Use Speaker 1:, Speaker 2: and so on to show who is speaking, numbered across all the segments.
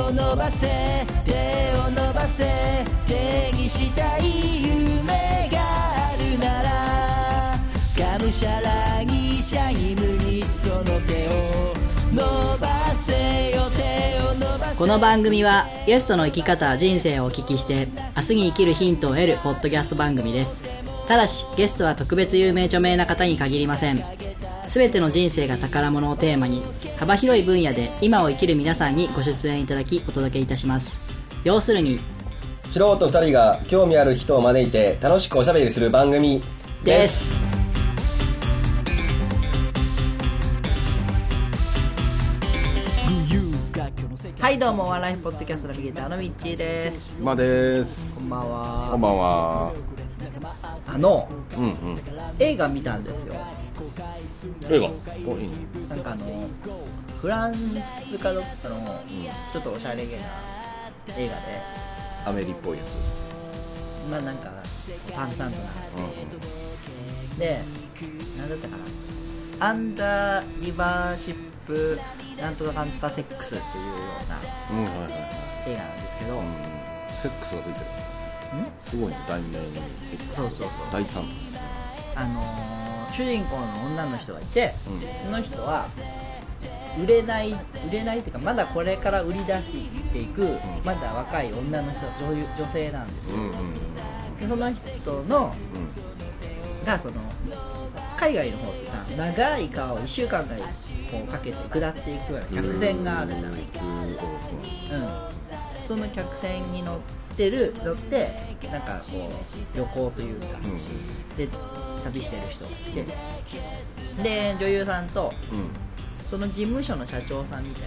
Speaker 1: を伸ばせ手を伸ばせ手にしたい夢があるならがむしゃらにシャイムにその手を伸ばせよ手を伸ばせ
Speaker 2: この番組はゲストの生き方人生をお聞きして明日に生きるヒントを得るポッドキャスト番組ですただしゲストは特別有名著名な方に限りません全ての人生が宝物をテーマに幅広い分野で今を生きる皆さんにご出演いただきお届けいたします要するに
Speaker 3: 素人2人が興味ある人を招いて楽しくおしゃべりする番組
Speaker 2: ですはいどうもお笑いポッドキャストのビゲーターのみっちーです
Speaker 4: まあです
Speaker 2: こんばん
Speaker 4: こん
Speaker 2: は
Speaker 4: ばんは
Speaker 2: あの
Speaker 4: うんうん
Speaker 2: 映画見たんですよ
Speaker 4: 映画おいいね
Speaker 2: なんかあのフランスかどっかのちょっとおしゃれげな映画で
Speaker 4: アメリっぽいやつ
Speaker 2: まあなんか淡々とな
Speaker 4: うんうん
Speaker 2: でなんだったかなアンダーリバーシップなんとかかんとかセックスっていうような
Speaker 4: うんはいはいはい
Speaker 2: 映画なんですけど、
Speaker 4: うんセックスがついてるすごいね題名にセックス
Speaker 2: そうそうそう
Speaker 4: 大胆
Speaker 2: あのー主人公の女の人がいて、
Speaker 4: うん
Speaker 2: その人は売れない売れないっていうかまだこれから売り出していく、まだ若い女の人女優女性なんです
Speaker 4: うんうんうん
Speaker 2: でその人のがその海外の方ってさ長い川を1週間ぐらいこうかけて下っていくような客船があるじゃないうん、その客船に乗ってる乗ってなんかこう旅行というか、
Speaker 4: うん
Speaker 2: で旅してる人がいてで女優さんとその事務所の社長さんみたい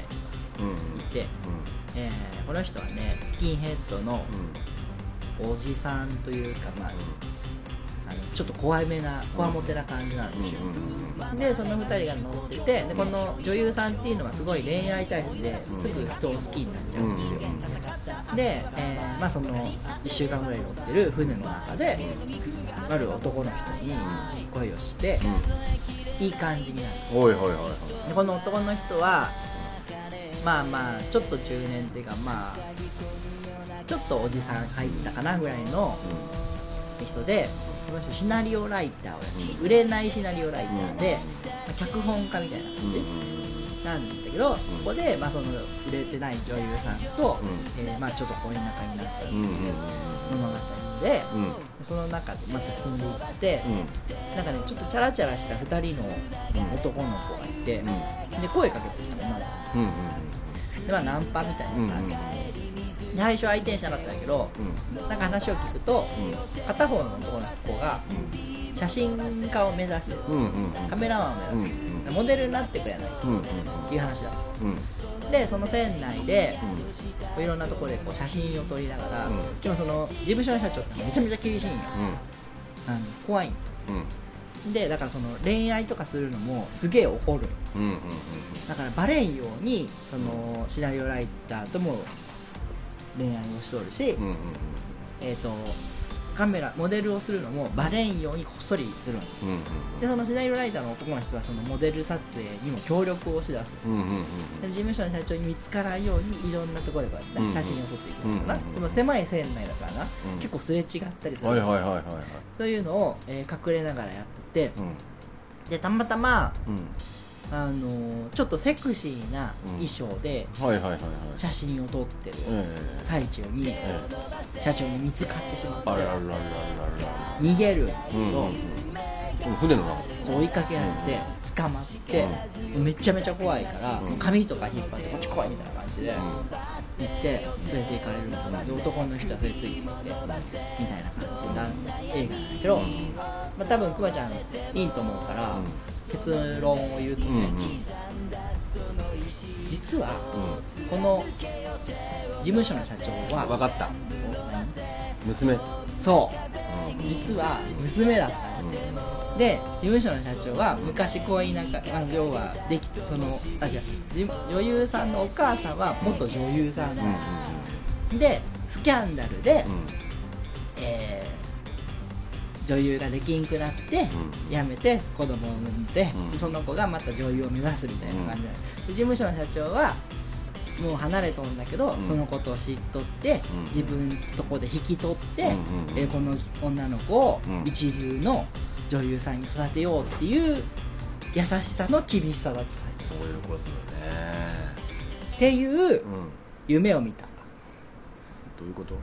Speaker 2: な
Speaker 4: うんうんうんう
Speaker 2: の
Speaker 4: ん
Speaker 2: がいて、えーこの人はねスキンヘッドのおじさんというか、まあ、あのちょっと怖めなこわもてな感じなんですよ、
Speaker 4: うん
Speaker 2: でその2人が乗っててでこの女優さんっていうのはすごい恋愛体質ですぐ人を好きになっちゃうんですよ、で、えーまあ、その1週間ぐらい乗ってる船の中である男の人に恋をしていい感じになる
Speaker 4: うんはいはいはいはい
Speaker 2: でこの男の人はまあまあちょっと中年っていうかまあちょっとおじさん入ったかなぐらいの人でこの人シナリオライターをやってて売れないシナリオライターで、まあ脚本家みたいな感じでなんだけど、ここで、まあ、その売れてない女優さんと、
Speaker 4: う
Speaker 2: えーまあ、ちょっと恋仲になっちゃう
Speaker 4: うんうん
Speaker 2: 物語で、
Speaker 4: うん
Speaker 2: その中でまた進んでいって、なんかねちょっとチャラチャラした2人の
Speaker 4: うん
Speaker 2: 男の子がいて、
Speaker 4: うん
Speaker 2: で声かけてきたのまだ
Speaker 4: うんうん
Speaker 2: でまあナンパみたい
Speaker 4: うんうんうんうんうん
Speaker 2: なさ、で最初は相手にしなかったんだけど、
Speaker 4: う
Speaker 2: なんか話を聞くと、
Speaker 4: う
Speaker 2: 片方の男の子が写真家を目指してる、
Speaker 4: うんうんうん
Speaker 2: カメラマンを目指してる、
Speaker 4: うんう
Speaker 2: モデルになってくれないっ
Speaker 4: うんうん
Speaker 2: ていう話だっ
Speaker 4: うん
Speaker 2: たでその船内で、
Speaker 4: うん
Speaker 2: こういろんなところでこう写真を撮りながら、
Speaker 4: うん
Speaker 2: でもその事務所の社長ってめちゃめちゃ厳しいんよ、あの怖いんよ
Speaker 4: うん
Speaker 2: でだからその恋愛とかするのもすげえ怒る
Speaker 4: うんうん
Speaker 2: だからバレんようにそのシナリオライターとも恋愛をしとるし、
Speaker 4: うんうんうん
Speaker 2: えっ、とカメラモデルをするのもバレんようにこっそりするの
Speaker 4: うん
Speaker 2: でそのシナリオライターの男の人はそのモデル撮影にも協力をしだす
Speaker 4: うんうんうん
Speaker 2: で事務所の社長に見つからないようにいろんなところでこうやって写真を撮っていくのかな、
Speaker 4: うんうん
Speaker 2: でも狭い船内だからな、
Speaker 4: うん
Speaker 2: 結構すれ違ったりする、
Speaker 4: はいはいはいはいはい
Speaker 2: そういうのを、えー隠れながらやってて
Speaker 4: う、ん
Speaker 2: でたまたま、
Speaker 4: うん
Speaker 2: あのーちょっとセクシーな衣装で
Speaker 4: はいはいはいはい
Speaker 2: 写真を撮ってる
Speaker 4: え
Speaker 2: 最中に
Speaker 4: えええ
Speaker 2: 社長に見つかってしまって
Speaker 4: あららららららら
Speaker 2: 逃げるんだけ
Speaker 4: う
Speaker 2: ど、
Speaker 4: んうんうん船の中
Speaker 2: 追いかけられて捕まって、めちゃめちゃ怖いから、
Speaker 4: うん
Speaker 2: 髪とか引っ張ってこっち来いみたいな感じで、行って連れて行かれるのかなで男の人はそれついて行ってみたいな感じな映画なんだけど、まあ、多分クマちゃんいいと思うから、
Speaker 4: うん
Speaker 2: 結論を言うとね、
Speaker 4: うんうんうん
Speaker 2: 実はこの事務所の社長は
Speaker 4: 分かった娘う
Speaker 2: そう実は娘だった
Speaker 4: ん
Speaker 2: で事務所の社長は昔恋仲あ要はできそのあじゃ女優さんのお母さんは元女優さん
Speaker 4: うんうん
Speaker 2: でスキャンダルで、
Speaker 4: うん
Speaker 2: えー女優ができんくなって、
Speaker 4: う
Speaker 2: 辞めて子供を産んで、
Speaker 4: うん
Speaker 2: その子がまた女優を目指すみたいな感じなんですで事務所の社長はもう離れとんだけど、
Speaker 4: うん
Speaker 2: そのことを知っとって、
Speaker 4: うん
Speaker 2: 自分とこで引き取って、
Speaker 4: うんうんうん
Speaker 2: えーこの女の子を
Speaker 4: うん
Speaker 2: 一流の女優さんに育てようっていう優しさの厳しさだった
Speaker 4: そういうことだね
Speaker 2: っていう
Speaker 4: うん
Speaker 2: 夢を見た
Speaker 4: どういうこと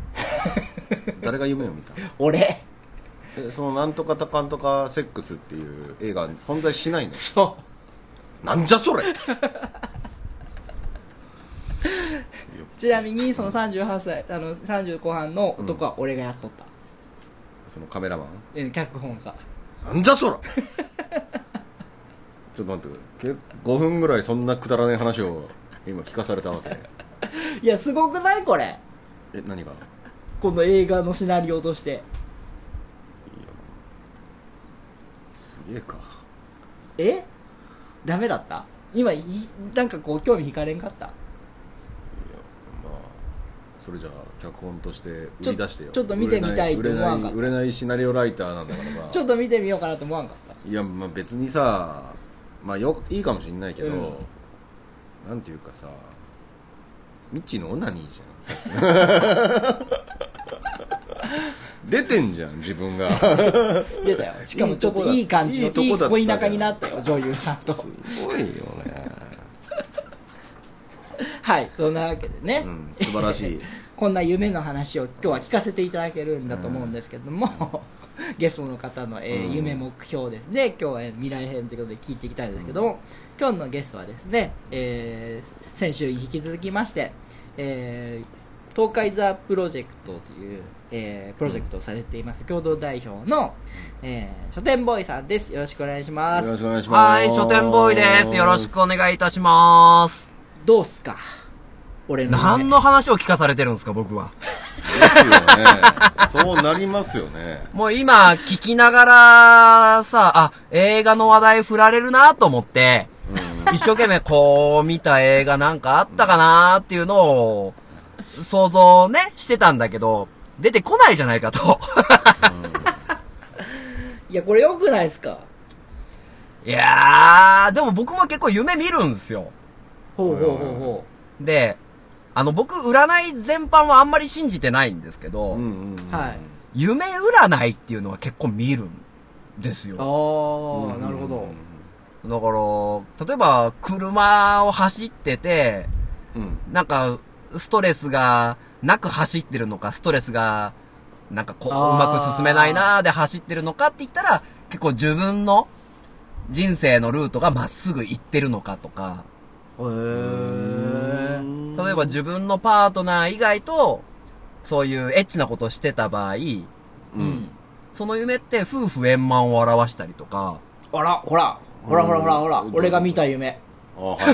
Speaker 4: 誰が夢を見た
Speaker 2: 俺
Speaker 4: えそのなんとかたかんとかセックスっていう映画存在しないの
Speaker 2: そ
Speaker 4: なんじゃそれ
Speaker 2: うちなみにその38歳あの30後半の男は俺がやっとった、
Speaker 4: そのカメラマン
Speaker 2: えー脚本家
Speaker 4: なんじゃそらちょっと待ってけ5分ぐらいそんなくだらない話を今聞かされたわけ
Speaker 2: いやすごくないこれ
Speaker 4: え何がい
Speaker 2: この映画のシナリオとして
Speaker 4: やすげえか
Speaker 2: えダメだった今いなんかこう興味引かれんかった
Speaker 4: いやまあそれじゃあ脚本として売
Speaker 2: ちょ
Speaker 4: り出してよ
Speaker 2: ちょっと見てみたい
Speaker 4: 売れ
Speaker 2: と思
Speaker 4: な
Speaker 2: わんかっ
Speaker 4: い売れない
Speaker 2: た
Speaker 4: 売れないシナリオライターなんだからさ
Speaker 2: ちょっと見てみようかなと思わんかった
Speaker 4: いやまあ別にさまあよいいかもしんないけど、
Speaker 2: うん
Speaker 4: なんていうかさミッチーのオナニーじゃんさ 出てんじゃん自分が
Speaker 2: 出たよしかもちょっといい感じのい
Speaker 4: いいとこ
Speaker 2: い
Speaker 4: だっ
Speaker 2: 恋仲
Speaker 4: た
Speaker 2: になったよ女優さんと
Speaker 4: すごいよね
Speaker 2: はいそんなわけでね、
Speaker 4: うん素晴らしい
Speaker 2: こんな夢の話を今日は聞かせていただけるんだと思うんですけども、ゲストの方の、えー
Speaker 4: うん
Speaker 2: 夢目標ですね今日は、えー未来編ということで聞いていきたいんですけども、今日のゲストはですね、えー先週に引き続きまして、えー東海ザプロジェクトという、えープロジェクトをされています共同代表の、えー書店ボーイさんですよろしくお願いしま
Speaker 4: よろし
Speaker 2: す
Speaker 4: くお願いします
Speaker 5: はい、書店ボーイです。よろしくお願いいたします。
Speaker 2: どうすか俺の夢
Speaker 5: 何の話を聞かされてるんですか、僕は。
Speaker 4: ですよねそうなりますよ ね
Speaker 5: もう今、聞きながら、さ、あ、映画の話題振られるなと思って、一生懸命こう、見た映画なんかあったかなっていうのを、想像ね、してたんだけど、出てこないじゃないかと。
Speaker 2: いやこれよくないですか
Speaker 5: いやー、でも僕も結構夢見るんですよ。
Speaker 2: ほうほうほうほ
Speaker 5: で、あの、僕、占い全般はあんまり信じてないんですけど、
Speaker 4: うんうんうん
Speaker 2: うはい
Speaker 5: 夢占いっていうのは結構見るんですよ。
Speaker 2: あ
Speaker 5: だか
Speaker 2: あ、なるほど。
Speaker 5: ら、例えば、車を走ってて、
Speaker 4: うん
Speaker 5: なんか、ストレスがなく走ってるのか、ストレスが、なんかこう、う
Speaker 2: あー
Speaker 5: まく進めないなーで走ってるのかって言ったら、結構自分の人生のルートがまっすぐ行ってるのかとか、
Speaker 2: へえ。
Speaker 5: 例えば自分のパートナー以外と、そういうエッチなことをしてた場合、
Speaker 4: う
Speaker 2: うんん。
Speaker 5: その夢って夫婦円満を表したりとか、
Speaker 2: あら、ほら、ほらほらほらほら
Speaker 4: う、ん
Speaker 2: 俺が見た夢。
Speaker 4: あはいあ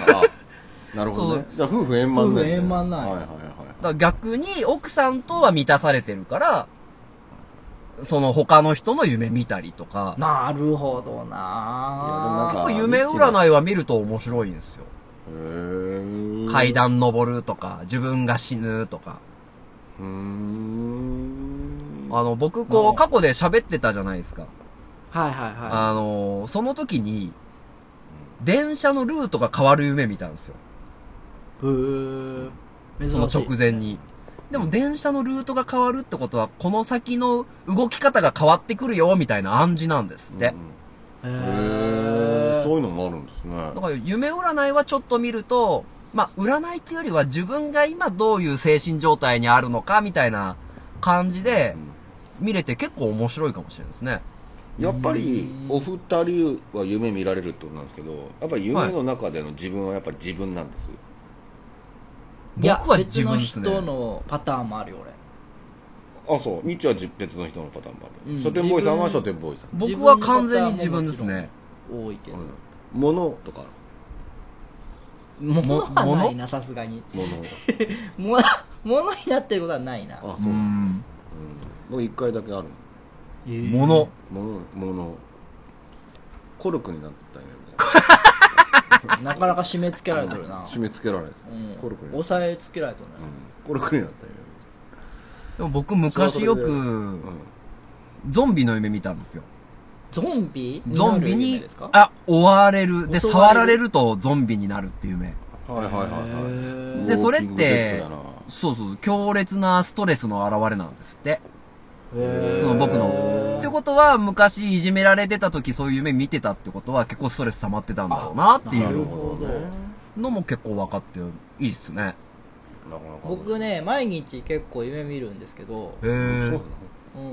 Speaker 4: なるほどねじゃあ夫婦円満だよね
Speaker 2: 夫婦円満なんや
Speaker 4: はいはいはい
Speaker 5: だから逆に奥さんとは満たされてるから、その他の人の夢見たりとか、
Speaker 2: なるほど
Speaker 4: いやでもなん
Speaker 2: な
Speaker 4: か
Speaker 5: 結構夢占いは見ると面白いんですよ。
Speaker 4: へー
Speaker 5: 階段登るとか、自分が死ぬとか。
Speaker 4: うーん
Speaker 5: あの、僕こ
Speaker 2: あ
Speaker 5: う過去で喋ってたじゃないですか。
Speaker 2: はいはいは
Speaker 5: あの、その時に、電車のルートが変わる夢見たんですよ。
Speaker 2: い。へえ。
Speaker 5: その
Speaker 2: 珍しい
Speaker 5: 直。前に。でも電車のルートが変わるってことは、この先の動き方が変わってくるよ、みたいな暗示なんですって。
Speaker 2: へ
Speaker 4: うんへー
Speaker 2: え。
Speaker 4: そういうのもあるんですね
Speaker 5: だから夢占いはちょっと見ると、まあ、占いっていうよりは自分が今どういう精神状態にあるのかみたいな感じで見れて結構面白いかもしれないですね。
Speaker 4: やっぱりお二人は夢見られるってことなんですけどやっぱり夢の中での自分はやっぱり自分なんです、
Speaker 2: いや
Speaker 5: 僕は自分です
Speaker 2: 別
Speaker 5: ね。
Speaker 2: の人のパターンもあるよ、俺。
Speaker 4: あそうミッチは別の人のパターンもある、
Speaker 2: うん
Speaker 4: 書店ボーイさんは書店ボーイさん
Speaker 5: 僕は完全に自分ですね。
Speaker 2: 多いけど。
Speaker 4: 物とか
Speaker 2: 物は
Speaker 5: 物
Speaker 2: ないな、さすがに。
Speaker 4: 物
Speaker 2: 物、物になってることはないな。
Speaker 4: あ
Speaker 5: う
Speaker 4: そう、うん、
Speaker 5: ん。
Speaker 4: 僕一回だけある
Speaker 5: 物。
Speaker 4: 物物コルクになったんやみたい
Speaker 2: なかなか締め付けられてる
Speaker 4: な
Speaker 2: な。
Speaker 4: 締め付けられないです、
Speaker 2: うん。
Speaker 4: コルクにな
Speaker 2: 押
Speaker 4: った、
Speaker 2: さえつけられてる
Speaker 4: う
Speaker 2: ね。
Speaker 4: んコルクになったんや
Speaker 5: でも僕昔よ
Speaker 4: それ
Speaker 5: く
Speaker 4: うん
Speaker 5: ゾンビの夢見たんですよ。
Speaker 2: ゾンビ
Speaker 5: ゾン
Speaker 2: なる
Speaker 5: ビ
Speaker 2: 夢
Speaker 5: に
Speaker 2: ですか、
Speaker 5: あ、追われる。で、
Speaker 2: 襲われる
Speaker 5: 触られるとゾンビになるっていう夢。
Speaker 4: へはいはいはいはい
Speaker 5: で、それっ
Speaker 4: ウォーキングデッ
Speaker 5: て
Speaker 4: ドだな、
Speaker 5: そうそう、強烈なストレスの表れなんですって。
Speaker 2: へ
Speaker 5: その僕の。ってことは、昔いじめられてた時そういう夢見てたってことは結構ストレス溜まってたんだろうなってい
Speaker 4: なる
Speaker 5: う
Speaker 4: ほどね
Speaker 5: のも結構分かっていいっすね。
Speaker 4: なかなか
Speaker 2: 僕ね毎日結構夢見るんですけど、
Speaker 5: へえ。
Speaker 2: うん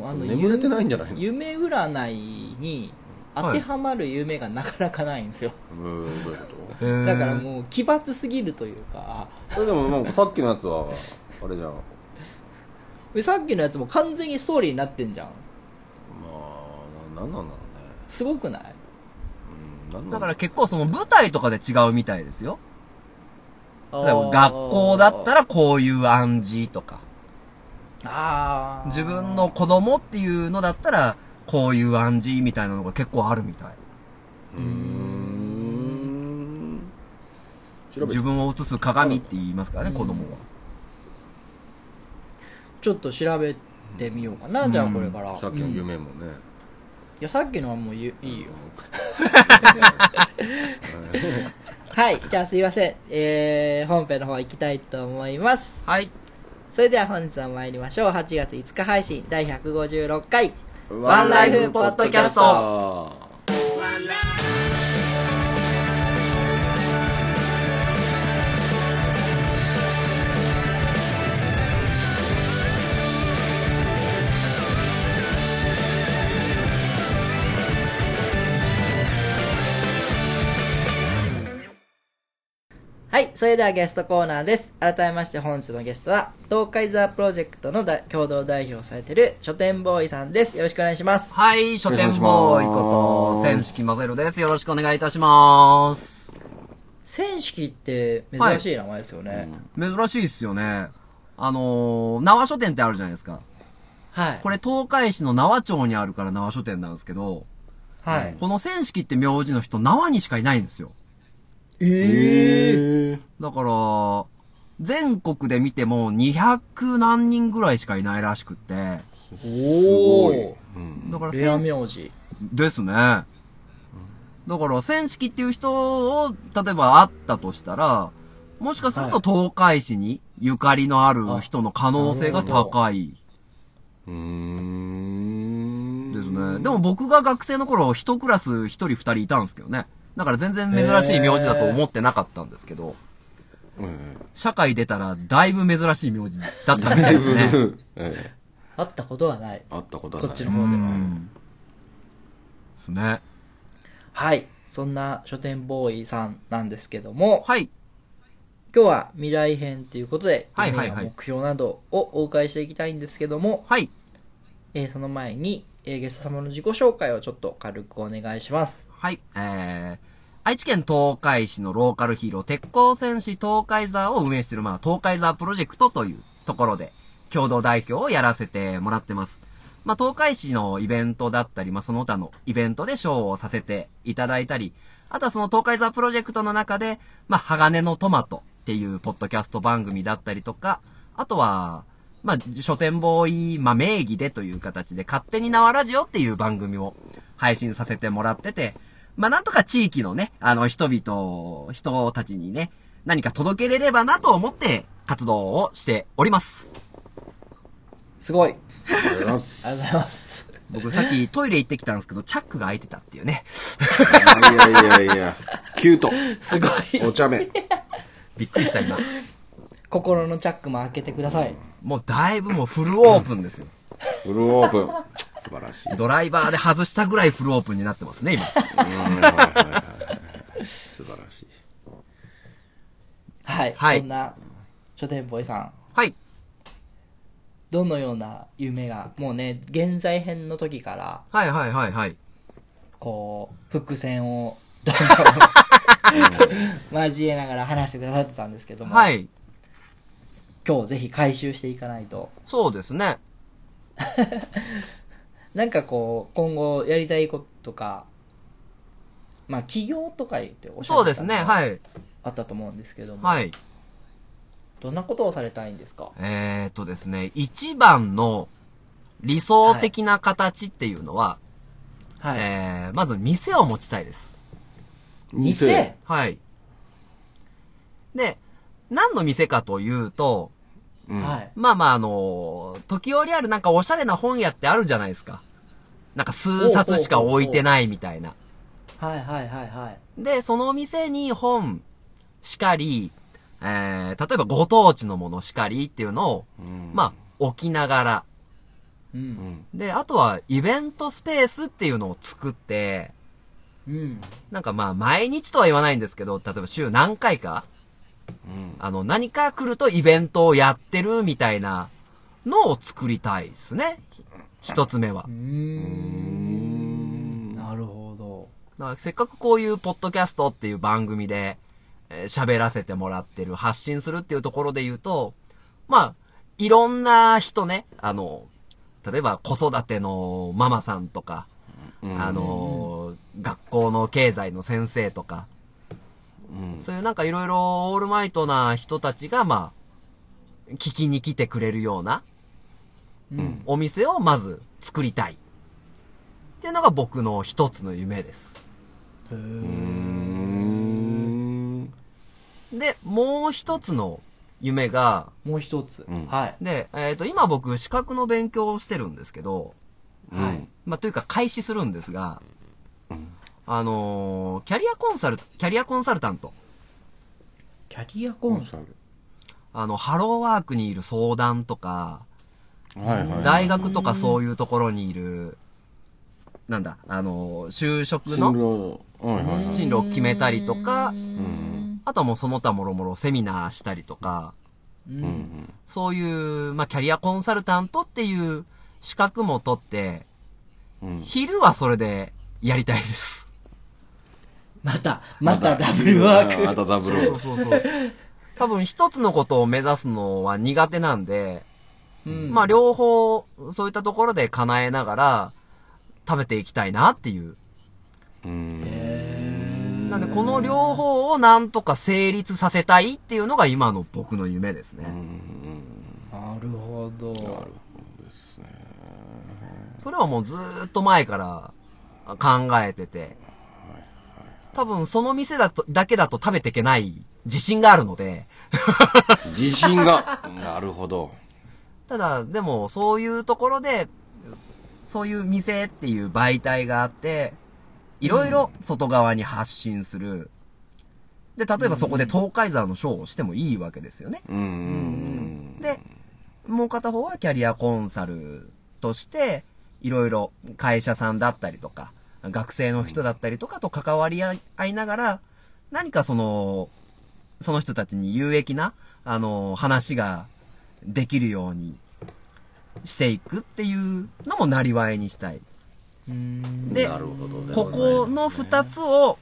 Speaker 2: あの
Speaker 4: 眠れてないんじゃないの
Speaker 2: 夢占いに当てはまる夢がなかなかないんですよ、
Speaker 4: うーんどういうこ
Speaker 2: だからもう奇抜すぎるというか
Speaker 4: とえでもなんかさっきのやつはあれじゃんま
Speaker 2: でさっきのやつも完全にストーリーになってんじゃん
Speaker 4: あななんなんだろ
Speaker 2: すごくない、
Speaker 4: うねうんなんなん
Speaker 5: だから
Speaker 4: ろ
Speaker 5: 結構その舞台とかで違うみたいですよ。だから学校だった
Speaker 2: ら
Speaker 5: らこういう暗示とか、
Speaker 2: あー
Speaker 5: 自分の子供っていうのだったらこういう暗示みたいなのが結構あるみたい。
Speaker 4: ううーん調べて
Speaker 5: 自分を映す鏡って言いますからね、
Speaker 2: うん
Speaker 5: 子供は。
Speaker 2: ちょっと調べてみようかな、じゃあこれから、
Speaker 4: さっきの
Speaker 2: うんい
Speaker 4: 夢もね
Speaker 2: やさっきのはもうゆいいよ
Speaker 4: うん
Speaker 2: はいじゃあすいませんえー、本編の方行きたいと思います
Speaker 5: はい。
Speaker 2: それでは本日は参りましょう8月5日配信第156回
Speaker 4: ワ
Speaker 2: ンライフポッドキャス
Speaker 4: ト
Speaker 2: はい、それではゲストコーナーです。改めまして本日のゲストは、東海ザープロジェクトのだ共同代表をされている書店ボーイさんです。よろしくお願いします。
Speaker 5: はい、書店ボーイこと、
Speaker 4: お願いします
Speaker 5: 千式マゼルです。よろしくお願いいたします。
Speaker 2: 戦式って珍しい名前ですよね。
Speaker 5: 珍しいっすよね。あのー、縄書店ってあるじゃないですか。
Speaker 2: はい。
Speaker 5: これ東海市の縄町にあるから縄書店なんですけど、
Speaker 2: はい。
Speaker 5: この千式って名字の人、縄にしかいないんですよ。
Speaker 2: ええ
Speaker 5: だから、全国で見ても200何人ぐらいしかいないらしくって。
Speaker 2: おお。
Speaker 5: だから
Speaker 2: レア
Speaker 5: 千、
Speaker 2: 名字。
Speaker 5: ですね。だから、千式っていう人を、例えば会ったとしたら、もしかすると東海市にゆかりのある人の可能性が高い。
Speaker 4: うーん
Speaker 5: ですね。でも僕が学生の頃、一クラス一人二人いたんですけどね。だから全然珍しい名字だと思ってなかったんですけど、
Speaker 4: うん
Speaker 5: 社会出たらだいぶ珍しい名字だったみたいですね。
Speaker 4: ええ
Speaker 2: 会ったことはない。
Speaker 4: 会ったことは
Speaker 2: こ
Speaker 4: ない
Speaker 2: っちの方では。
Speaker 5: ですね。
Speaker 2: はい。そんな書店ボーイさんなんですけども、
Speaker 5: はい。
Speaker 2: 今日は未来編ということで、
Speaker 5: はいはいはい
Speaker 2: 夢や目標などをお伺いしていきたいんですけども、
Speaker 5: はい。
Speaker 2: えーその前に、えーゲスト様の自己紹介をちょっと軽くお願いします。
Speaker 5: はい。えー、愛知県東海市のローカルヒーロー、鉄鋼戦士東海座を運営している、まあ、東海座プロジェクトというところで、共同代表をやらせてもらってます。まあ、東海市のイベントだったり、まあ、その他のイベントでショーをさせていただいたり、あとはその東海座プロジェクトの中で、まあ、鋼のトマトっていうポッドキャスト番組だったりとか、あとは、まあ、書店ボーイ、まあ、名義でという形で、勝手に縄ラジオっていう番組を配信させてもらってて、まあ、なんとか地域のね、あの、人々を、人たちにね、何か届けれればなと思って活動をしております。
Speaker 2: すごい。あり
Speaker 4: ありがとうございます
Speaker 2: がとうございます。
Speaker 5: 僕さっきトイレ行ってきたんですけど、チャックが開いてたっていうね。
Speaker 4: いやいやいや、キュート。
Speaker 2: す ごい。
Speaker 4: お茶目。
Speaker 5: びっくりした今。
Speaker 2: 心のチャックも開けてください。
Speaker 5: もうだいぶもうフルオープンですよ。
Speaker 4: フルオープン。素晴らしい。
Speaker 5: ドライバーで外したぐらいフルオープンになってますね、今。
Speaker 4: うんはいはいはいはい素晴らしい。
Speaker 2: はい。
Speaker 5: はい
Speaker 2: そんな書店ボーイさん、
Speaker 5: はい。
Speaker 2: どのような夢が、もうね、現在編の時から、
Speaker 5: はいはいはいはい。
Speaker 2: こう、伏線を、どんどん 交えながら話してくださってたんですけども、
Speaker 5: はい。
Speaker 2: 今日ぜひ回収していかないと。
Speaker 5: そうですね。
Speaker 2: なんかこう、今後やりたいこととか、まあ、起業とか言っておっしゃ
Speaker 5: そう
Speaker 2: って
Speaker 5: で
Speaker 2: た
Speaker 5: す
Speaker 2: の
Speaker 5: ね。
Speaker 2: が
Speaker 5: はい。
Speaker 2: あったと思うんですけども、
Speaker 5: はい。
Speaker 2: どんなことをされたいんですか
Speaker 5: えー、っとですね、一番の理想的な形っていうのは、
Speaker 2: は
Speaker 5: えー、まず店を持ちたいです。
Speaker 2: 店
Speaker 5: はい。で、何の店かというと、
Speaker 4: うん
Speaker 2: はい。
Speaker 5: まあまああの、時折あるなんかおしゃれな本屋ってあるじゃないですか。なんか数冊しか置いてないみたいな。
Speaker 2: はいはいはいはい。
Speaker 5: で、そのお店に本しかり、えー、例えばご当地のものしかりっていうのを、
Speaker 4: うん
Speaker 5: まあ、置きながら。
Speaker 2: う。
Speaker 4: うんん
Speaker 5: で、あとはイベントスペースっていうのを作って、
Speaker 2: うん。
Speaker 5: なんかまあ毎日とは言わないんですけど、例えば週何回か、
Speaker 4: うん
Speaker 5: あの何か来るとイベントをやってるみたいなのを作りたいですね。一つ目は
Speaker 2: うー。ん。なるほど。
Speaker 5: だからせっかくこういうポッドキャストっていう番組でえー喋、らせてもらってる、発信するっていうところで言うと、まあ、いろんな人ね、あの、例えば子育てのママさんとか、
Speaker 4: うん
Speaker 5: あの、学校の経済の先生とか、
Speaker 4: うん
Speaker 5: そういうなんかいろいろオールマイトな人たちが、まあ、聞きに来てくれるような
Speaker 2: うん。
Speaker 5: お店をまず作りたい。っていうのが僕の一つの夢です。
Speaker 2: へ
Speaker 4: う
Speaker 2: ー
Speaker 4: ん
Speaker 5: で、もう一つの夢が、
Speaker 2: もう一つ
Speaker 4: うん。
Speaker 2: はい。
Speaker 5: で、えっ、と、今僕資格の勉強をしてるんですけど、
Speaker 4: うん
Speaker 5: まあ、というか開始するんですが、あのーキャリアコンサル、キャリアコンサルタント。
Speaker 2: キャリアコンサ
Speaker 5: あの、ハローワークにいる相談とか、
Speaker 4: はいはい
Speaker 5: 大学とかそういうところにいる、なんだ、あの、就職
Speaker 4: 進
Speaker 5: の
Speaker 4: 路はいはいはい
Speaker 5: 進路を決めたりとか、
Speaker 4: うん
Speaker 5: あとはもうその他もろもろセミナーしたりとか、
Speaker 4: うんうん
Speaker 5: そういう、まあ、キャリアコンサルタントっていう資格も取って、
Speaker 4: うん
Speaker 5: 昼はそれでやりたいです。
Speaker 2: また、またダブルワーク。
Speaker 4: またダブルワ
Speaker 5: そ
Speaker 4: ーク
Speaker 5: うそうそう。多分一つのことを目指すのは苦手なんで、
Speaker 2: うん
Speaker 5: まあ両方そういったところで叶えながら食べていきたいなっていう
Speaker 4: うん
Speaker 5: なんで、この両方をなんとか成立させたいっていうのが今の僕の夢ですね。
Speaker 2: なるほど。
Speaker 5: それはもうずーっと前から考えてて、多分その店だと、だけだと食べていけない自信があるので、
Speaker 4: 自信がなるほど
Speaker 5: ただ、でもそういうところで、そういう店っていう媒体があって、いろいろ外側に発信する。で、例えばそこで東海沢のショーをしてもいいわけですよね。
Speaker 4: うんうん
Speaker 5: で、もう片方はキャリアコンサルとして、いろいろ会社さんだったりとか、学生の人だったりとかと関わり合いながら、何かその、その人たちに有益な、あの、話ができるようにしていくっていうのもなりわいにしたい。
Speaker 2: うん。
Speaker 5: で、
Speaker 4: なるほどね
Speaker 5: ここの二つを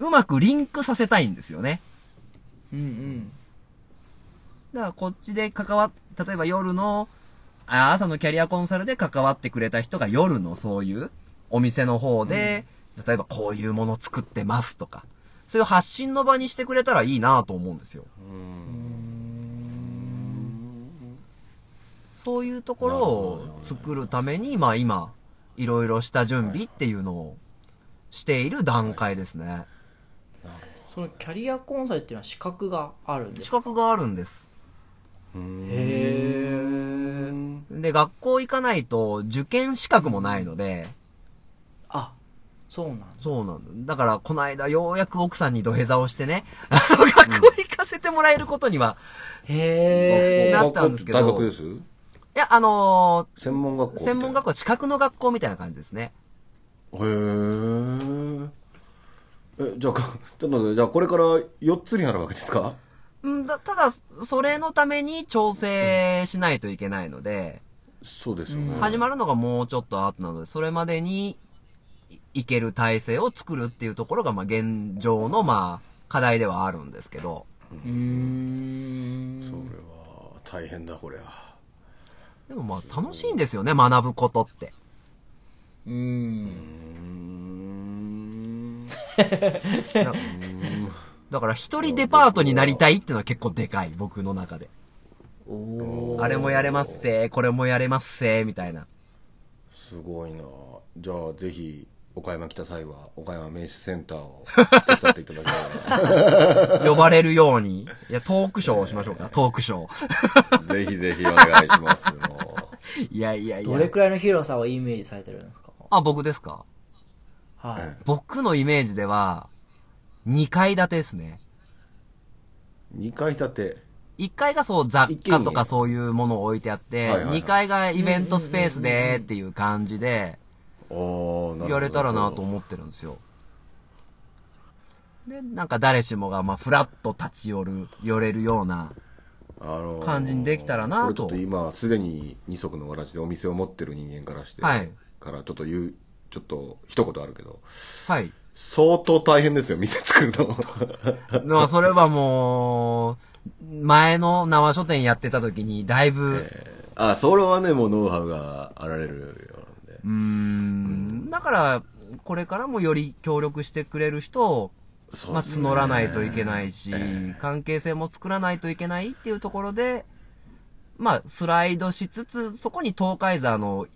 Speaker 5: うまくリンクさせたいんですよね。
Speaker 2: うん
Speaker 5: だからこっちで関わっ、例えば夜の、あ朝のキャリアコンサルで関わってくれた人が夜のそういうお店の方で、例えばこういうもの作ってますとか、そういう発信の場にしてくれたらいいなと思うんですよ。そういうところを作るために、まあ今、いろいろした準備っていうのをしている段階ですね。
Speaker 2: うん。そのキャリアコンサルっていうのは資格があるんです
Speaker 5: 資
Speaker 2: か
Speaker 5: 格があるんです。
Speaker 2: へえ。
Speaker 5: で、学校行かないと受験資格もないので、
Speaker 2: あ、そうなんだ。
Speaker 5: そうなんだ。だから、この間、ようやく奥さんに土下座をしてね、あの、学校行かせてもらえることには、
Speaker 2: へ
Speaker 5: な
Speaker 2: え。
Speaker 5: ったんですけど
Speaker 4: 大学です
Speaker 5: いや、あの
Speaker 4: 専門学
Speaker 5: ー
Speaker 4: 校
Speaker 5: 専門学校、資格の学校みたいな感じですね。
Speaker 4: 校へーえじゃあか ちょっと待ってじゃあこれから4つになるわけですか
Speaker 5: うんだただ、それのために調整しないといけないので、
Speaker 4: そうですよね
Speaker 5: 始まるのがもうちょっと後なので、それまでに、いいける体制を作るっていうところが、まあ、現状の、まあ、課題ではあるんですけど、
Speaker 2: うーん。
Speaker 4: それは大変だこりゃ
Speaker 5: でもまあ、楽しいんですよね、学ぶことって。
Speaker 2: うん。
Speaker 4: うん
Speaker 5: だから一人デパートになりたいっていうのは結構でかい、僕の中で。あれもやれますせー、これもやれますせー、みたいな。
Speaker 4: すごいなじゃあぜひ岡山来た際は、岡山名手センターを手伝っていただけれ
Speaker 5: 呼ばれるように。いや、トークショーをしましょうか、トークシ ョ
Speaker 4: ば、ぜひぜひお願いしますよ。
Speaker 5: ー。いやいやい
Speaker 2: どれ
Speaker 5: や。
Speaker 2: くらいの広さをイメージされてるんですか
Speaker 5: あ、僕ですか
Speaker 2: はい。
Speaker 4: え
Speaker 5: 僕のイメージでは、2階建てですね。
Speaker 4: 2階建て。
Speaker 5: 1階がそう雑貨とかそういうものを置いてあって、
Speaker 4: はいはいはい
Speaker 5: 2階がイベントスペースでっていう感じで、
Speaker 4: おー、なるほど。
Speaker 5: やれたらなと思ってるんですよ。で、なんか誰しもが、まあ、フラッと立ち寄る、寄れるような。
Speaker 4: あのー
Speaker 5: 感じにできたらなと
Speaker 4: これちょっと今、すでに二足のわらじでお店を持ってる人間からして、
Speaker 5: はい
Speaker 4: からちょっと言う、ちょっと一言あるけど、
Speaker 5: はい。
Speaker 4: 相当大変ですよ、店作る の。
Speaker 5: まあ、それはもう、前の生書店やってた時に、だいぶ、
Speaker 4: あ、それはね、もうノウハウがあられるようなんで。
Speaker 5: うーん、だから、これからもより協力してくれる人を、
Speaker 4: そう
Speaker 5: まあ、
Speaker 4: ですね
Speaker 5: 募らないといけないし、関係性も作らないといけないっていうところで、まあ、スライドしつつ、そこに東海座の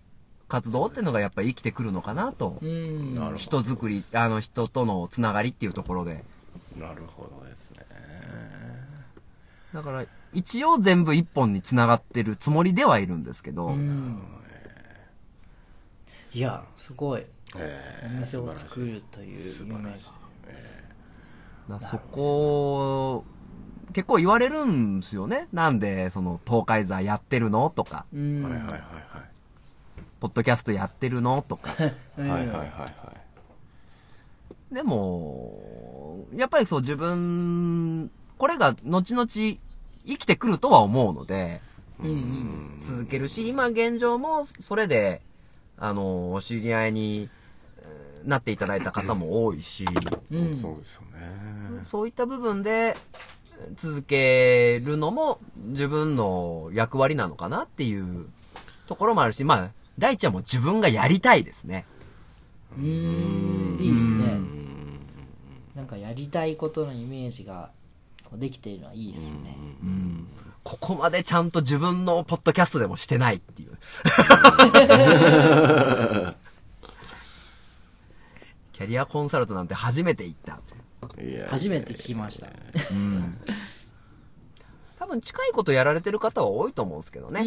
Speaker 5: 活動っていうのがやっぱり生きてくるのかなと。
Speaker 2: うん。
Speaker 4: なるほ
Speaker 5: 人づくり、あの、人とのつながりっていうところで。
Speaker 4: ど。なるほどですね。
Speaker 5: だから、一応全部一本に繋がってるつもりではいるんですけど、
Speaker 2: いや、すごい。お
Speaker 4: えー、
Speaker 2: 店
Speaker 4: 素晴
Speaker 2: を
Speaker 4: らしい。
Speaker 2: 作るという夢が。
Speaker 5: だからそこ、結構言われるんですよね。なんで、その、東海座やってるのとか、
Speaker 2: うん。
Speaker 4: はいはいはい
Speaker 5: ポッドキャストやってるのとか。
Speaker 4: はい。はいはいはいはい。
Speaker 5: でも、やっぱりそう自分、これが後々生きてくるとは思うので、続けるし、今現状もそれで、あの、お知り合いにえーなっていただいた方も多いし、
Speaker 4: そうですよね。
Speaker 5: そういった部分で続けるのも自分の役割なのかなっていうところもあるし、まあ、大ちゃんも自分がやりたいですね。
Speaker 2: うん。いいですね。なんかやりたいことのイメージがこうできているのはいいですね。
Speaker 5: ここまでちゃんと自分のポッドキャストでもしてないっていう。キャリアコンサルトなんて初めて行った。
Speaker 4: いや
Speaker 2: 初めて聞きました。
Speaker 5: 多分近いことやられてる方は多いと思うんですけどね。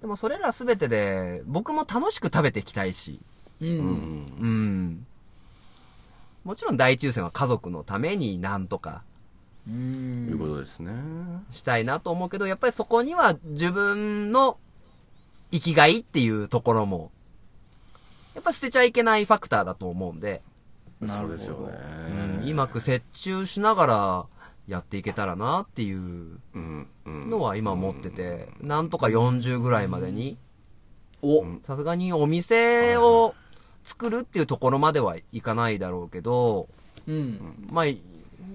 Speaker 5: でもそれらすべてで、僕も楽しく食べていきたいし。
Speaker 4: うん。
Speaker 5: うん。もちろん大抽選は家族のためになんとか
Speaker 4: いうことですね。
Speaker 5: したいなと思うけど、やっぱりそこには自分の生きがいっていうところも、やっぱ捨てちゃいけないファクターだと思うんで、
Speaker 4: そうですよね。
Speaker 5: うまく折衷しながらやっていけたらなっていう
Speaker 4: うん。うん。
Speaker 5: のは今思ってて、なんとか40ぐらいまでに、
Speaker 2: お、
Speaker 5: さすがにお店を作るっていうところまではいかないだろうけど、
Speaker 2: うん。
Speaker 5: まあ、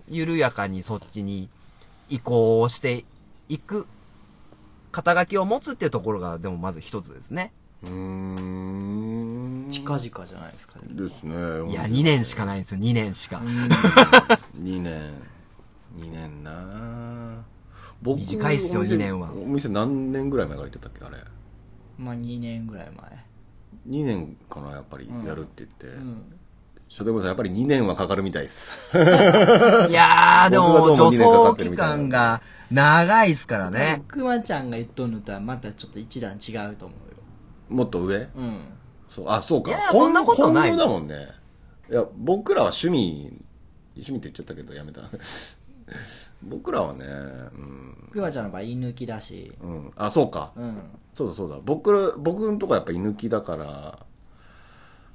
Speaker 5: 緩やかにそっちに移行していく、肩書きを持つっていうところが、でもまず一つですね。
Speaker 4: うーん。
Speaker 2: 近々じゃないですかね。
Speaker 4: ですね。
Speaker 5: いや、2年しかないんですよ、2年しか。
Speaker 4: 2年2年な僕
Speaker 5: 短いっすよ
Speaker 4: お店
Speaker 5: 二年は
Speaker 4: お店何年ぐらい前からやってたっけあれ
Speaker 2: まあ2年ぐらい
Speaker 4: 2年かなやっぱりやるって言って、
Speaker 2: 前。うん。
Speaker 4: 初代もさんやっぱり2年はかかるみたいです
Speaker 5: いやー、で
Speaker 4: 僕がど
Speaker 5: も、
Speaker 4: うも
Speaker 5: 助
Speaker 4: 二年かか
Speaker 5: 走
Speaker 4: ってる
Speaker 5: 期
Speaker 4: みたいな
Speaker 5: 間が長いですからね。
Speaker 2: くまちゃんが言っとるのとはまたちょっと一段違うと思うよ。
Speaker 4: もっと上
Speaker 2: うん。
Speaker 4: そうあそうか
Speaker 5: いや
Speaker 4: 本
Speaker 5: そんなことない
Speaker 4: 本業だもんねいや僕らは趣味趣味って言っちゃったけどやめた 僕らはねうん、
Speaker 2: くまちゃんの場合、居抜きだし。
Speaker 4: うん、あそうか、
Speaker 2: うん。
Speaker 4: そうだそうだ僕ら僕のとこやっぱ居抜きだから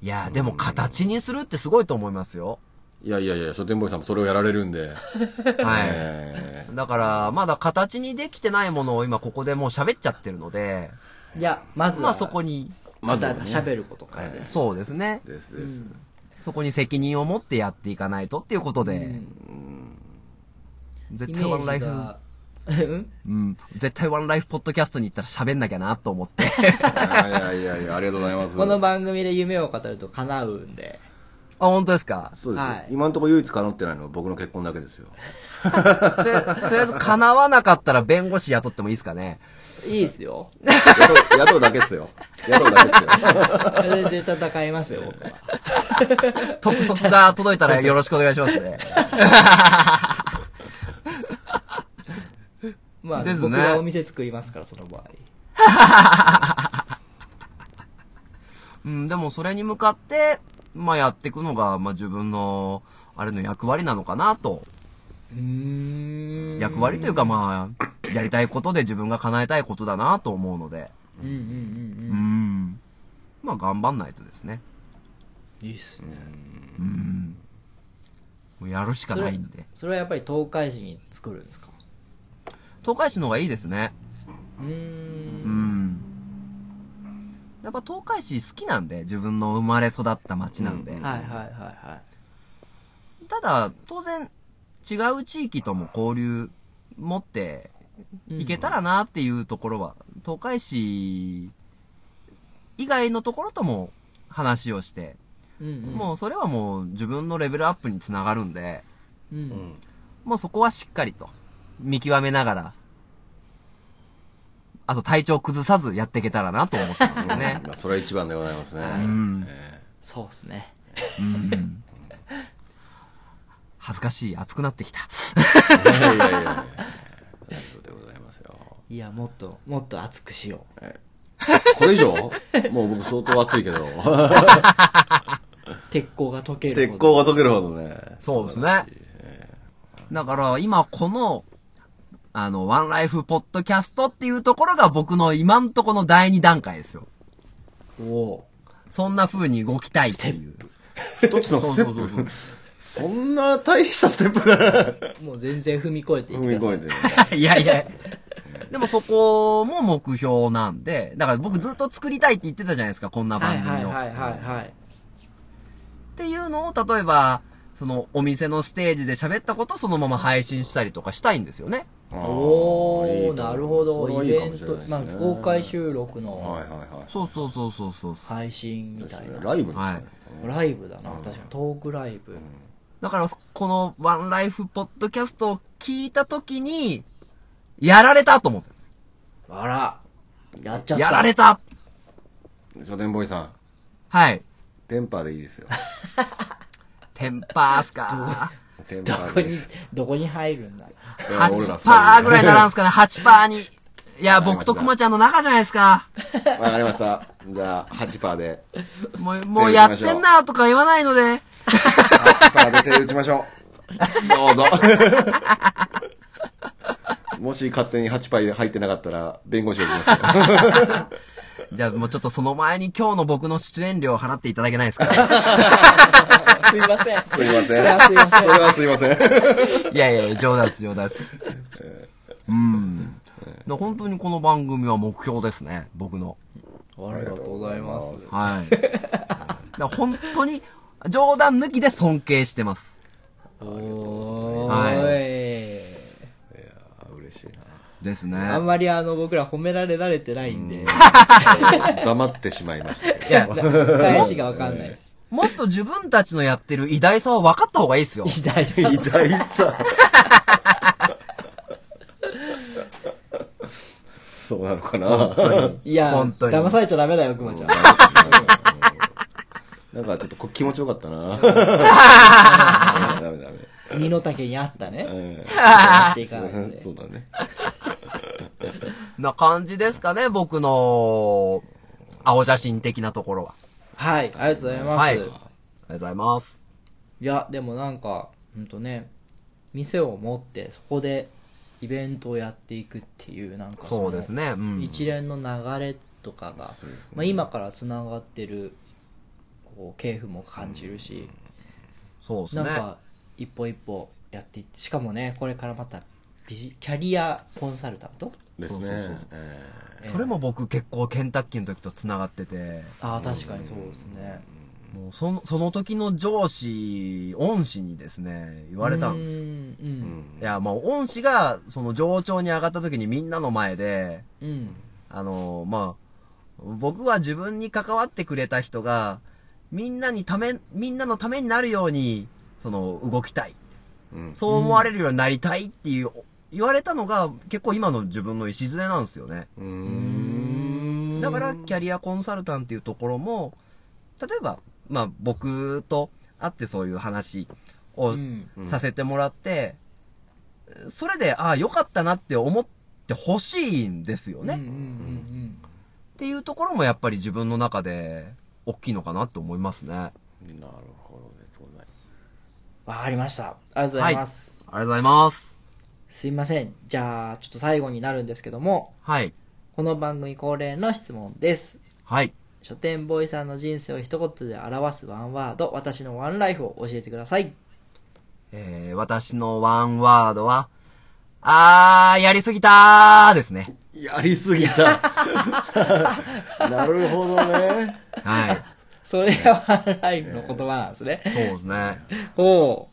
Speaker 5: いやー、でも形にするってすごいと思いますよ。
Speaker 4: いやいやいや書店ボーイさんもそれをやられるんで、
Speaker 5: はい。
Speaker 4: え
Speaker 5: だから、まだ形にできてないものを今ここでもう喋っちゃってるので、
Speaker 2: いや、まずは、
Speaker 5: まあそこに、
Speaker 4: ーまずはね、
Speaker 2: 喋ることからです。
Speaker 5: そうですね。
Speaker 4: ですです、
Speaker 5: そこに責任を持ってやっていかないとっていうことで、絶
Speaker 2: イメ
Speaker 5: 対ワンラ
Speaker 2: ー
Speaker 5: イ
Speaker 2: ジ
Speaker 5: フ、
Speaker 2: が、うん
Speaker 5: うん、絶対ワンライフポッドキャストに行ったら喋んなきゃなと思って。
Speaker 4: い やいやいやいや、ありがとうございます。
Speaker 2: この番組で夢を語ると叶うんで。
Speaker 5: あ、本当ですか
Speaker 4: そうですよ、
Speaker 2: はい
Speaker 4: 今のところ唯一叶ってないのは僕の結婚だけですよ。
Speaker 5: とりとりあえず、叶わなかったら弁護士雇ってもいいですかね
Speaker 2: いいですよ。
Speaker 4: 雇う雇うだけですよ。雇うだけですよ。
Speaker 2: それで戦いますよ、僕は。
Speaker 5: 督促が届いたらよろしくお願いしま すね。
Speaker 2: まあ、
Speaker 5: ですね
Speaker 2: 僕がお店作りますから、その場合。
Speaker 5: うん、でもそれに向かって、まあやっていくのが、まあ自分の、あれの役割なのかなと。
Speaker 2: うん
Speaker 5: 役割というかまあ、やりたいことで自分が叶えたいことだなと思うので。
Speaker 2: うんうん
Speaker 5: う
Speaker 2: うんうん。
Speaker 5: ん。まあ頑張んないとですね。
Speaker 2: いいっすね。
Speaker 5: うん。もうやるしか
Speaker 2: それ
Speaker 5: ないんで。
Speaker 2: それはやっぱり東海市に作るんですか
Speaker 5: 東海市の方がいいですね。
Speaker 2: うーん。
Speaker 5: うん。やっぱ東海市好きなんで、自分の生まれ育った町なんで。
Speaker 2: はいはいはいは
Speaker 5: ただ、当然、違う地域とも交流持って
Speaker 2: い。
Speaker 5: いけたらなっていうところは、東海市以外のところとも話をして、
Speaker 2: うんうん、
Speaker 5: もうそれはもう自分のレベルアップにつながるんで、
Speaker 2: うん、
Speaker 4: うん
Speaker 5: もうそこはしっかりと見極めながら、あと体調崩さずやっていけたらなと思ってますよ ね。
Speaker 4: まあ、それは一番でございますね。
Speaker 5: うん
Speaker 4: え
Speaker 2: そうですね。
Speaker 5: うん恥ずかしい、熱くなってきた。
Speaker 4: えいやいやいやいや。そうでございますよ。
Speaker 2: いや、もっと、もっと熱くしよ
Speaker 4: これ以上もう僕相当熱いけど。
Speaker 2: う。鉄鋼が溶ける。
Speaker 4: 鉄鋼。が溶けるほどね。
Speaker 5: そうですね。だから今この、あの、ワンライフポッドキャストっていうところが僕の今んとこの第2段階ですよ。
Speaker 2: おう
Speaker 5: そんな風に動きたいっていう。
Speaker 4: 一つのステ
Speaker 5: そうそ
Speaker 4: ッ
Speaker 5: う
Speaker 4: プ。そんな大したステップだな。
Speaker 2: もう全然踏み越えていき
Speaker 4: 踏み
Speaker 2: たい。
Speaker 4: 越えて。
Speaker 5: いやいや。でもそこも目標なんで、だから僕ずっと作りたいって言ってたじゃないですか、こんな
Speaker 2: はい
Speaker 5: 番組を。
Speaker 2: はいはいはいはい。
Speaker 5: っていうのを、例えば、そのお店のステージで喋ったことをそのまま配信したりとかしたいんですよね。
Speaker 2: お
Speaker 4: あーいい
Speaker 2: ー、
Speaker 4: と思う
Speaker 2: なるほ
Speaker 4: それ
Speaker 2: ど。
Speaker 4: は
Speaker 2: イ
Speaker 4: いい
Speaker 2: ベ
Speaker 4: かも
Speaker 2: ン
Speaker 4: しれな
Speaker 2: ト
Speaker 4: いで、す
Speaker 2: ま
Speaker 4: ね
Speaker 2: あ、公開収録
Speaker 4: はい
Speaker 2: の
Speaker 4: はいはい。
Speaker 5: そうそうそうそうそう。
Speaker 2: 配信みたいな。
Speaker 4: ライブですね。
Speaker 5: はい
Speaker 2: ライブだな、確かに。トークライブ。
Speaker 5: だから、このワンライフポッドキャストを聞いたときに、やられたと思って。
Speaker 2: あら、やっちゃった。
Speaker 5: やられた
Speaker 4: 書店ボーイさん、
Speaker 5: はい。
Speaker 4: テンパーでいいですよ。
Speaker 5: テンパーっすか
Speaker 4: テンパ
Speaker 2: どこ
Speaker 4: ーでいい
Speaker 2: に
Speaker 4: です。、
Speaker 2: どこに入るんだ
Speaker 4: いや俺ら二人
Speaker 5: 8パーぐらいならんすかね ?8 パーに。いや、僕と熊ちゃんの仲じゃないですか。
Speaker 4: わかりました。じゃあ、8パーで。
Speaker 5: もう、もうやってんなとか言わないので。
Speaker 4: 8パーで手打ちましょう。どうぞ。 もし勝手に8パー入ってなかったら、弁護士をしますよ。
Speaker 5: じゃあもうちょっとその前に今日の僕の出演料を払っていただけないですか
Speaker 2: すいません。
Speaker 4: すいません。
Speaker 2: そ
Speaker 4: それ
Speaker 2: れはすいません
Speaker 4: はすいません。
Speaker 5: いやいやいや、冗談です、冗談です。うん。だ本当にこの番組は目標ですね、僕の。
Speaker 2: ありがとうございます。
Speaker 5: はい。だから本当に、冗談抜きで尊敬してます。
Speaker 2: お
Speaker 5: は
Speaker 2: ーい。
Speaker 4: 嬉しい
Speaker 5: です
Speaker 2: あん
Speaker 5: ね。
Speaker 2: まりあの、僕ら褒められられてないんで、
Speaker 4: な。黙ってしまいましたけど。
Speaker 5: いや、
Speaker 2: 返しがわかんないです。
Speaker 5: もっと自分たちのやってる偉大さは分かった方がいいですよ。
Speaker 2: 時代さ。
Speaker 4: 偉大さ。そうなのかな。
Speaker 2: いや、
Speaker 5: 本当に
Speaker 2: 騙されちゃダメだよ、くまちゃん。
Speaker 4: なんかちょっとこ気持ちよかったな。ダメダメ。
Speaker 2: 身の丈にあったね。
Speaker 4: うん
Speaker 2: やっていかないとね。
Speaker 4: そうだね。
Speaker 5: な感じですかね、僕の、青写真的なところは。
Speaker 2: はい、ありがとうございます。
Speaker 5: はい。あ
Speaker 2: い
Speaker 5: りがとうございます。
Speaker 2: や、でもなんか、ほんとね、店を持って、そこでイベントをやっていくっていう、なんか
Speaker 5: そうです
Speaker 2: ね。
Speaker 5: ね。うん。
Speaker 2: 一連の流れとかが、まあ、今からつながってるこう系譜も感じるし、
Speaker 5: そうです
Speaker 2: なん
Speaker 5: ね。
Speaker 2: か一歩一歩やっていってしかもねこれからまたビジキャリアコンサルタント
Speaker 4: ですね。え
Speaker 5: それも僕結構ケンタッキーの時と繋がってて、
Speaker 2: ああ確かにそうですね
Speaker 5: もうそのその時の上司、恩師にですね、言われたんですよ。
Speaker 2: う
Speaker 4: えうんん
Speaker 5: いや、まあ、恩師が、その上長に上がった時にみんなの前で、
Speaker 2: うんうん
Speaker 5: あのまあ、僕は自分に関わってくれた人が、みんなにため、みんなのためになるように、その、動きたい。
Speaker 4: うん
Speaker 5: そう思われるようになりたいっていう、言われたのが結構今の自分の礎なんですよね。
Speaker 4: うーん
Speaker 5: だから、キャリアコンサルタンっていうところも、例えば、まあ、僕と会ってそういう話を
Speaker 2: ん
Speaker 5: させてもらって、それで、ああ、良かったなって思ってほしいんですよね、
Speaker 2: うんう
Speaker 5: っ
Speaker 2: ん
Speaker 5: ていうところもやっぱり自分の中で、大きいのかなって思いますね。
Speaker 4: なるほどね東大
Speaker 2: わかりましたありがとうございます、
Speaker 5: ありがとうございます。
Speaker 2: すいませんじゃあちょっと最後になるんですけども
Speaker 5: はい。
Speaker 2: この番組恒例の質問です
Speaker 5: はい。
Speaker 2: 書店ボーイさんの人生を一言で表すワンワード私のワンライフを教えてください
Speaker 5: えー、私のワンワードは、あー、やりすぎたーですね。
Speaker 4: やりすぎたなるほどね
Speaker 5: はい。
Speaker 2: それがワンライフの言葉なんですね、
Speaker 5: そうですね。
Speaker 2: お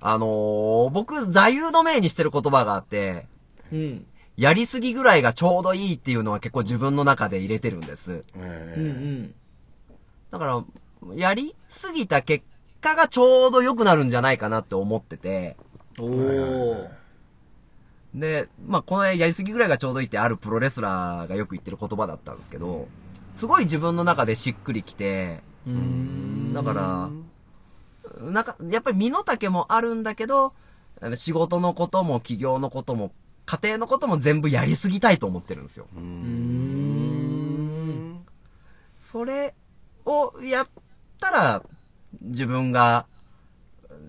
Speaker 5: あのー、僕、座右の銘にしてる言葉があって、
Speaker 2: ううん
Speaker 5: やりすぎぐらいがちょうどいいっていうのは結構自分の中で入れてるんです。
Speaker 2: うんう
Speaker 4: え
Speaker 2: ん
Speaker 5: だから、やりすぎた結果がちょうど良くなるんじゃないかなって思ってて、
Speaker 2: おお
Speaker 5: で、まあ、このやりすぎぐらいがちょうどいいってあるプロレスラーがよく言ってる言葉だったんですけど、すごい自分の中でしっくりきて、だから、なんか、やっぱり身の丈もあるんだけど、仕事のことも企業のことも家庭のことも全部やりすぎたいと思ってるんですよ。それをやったら、自分が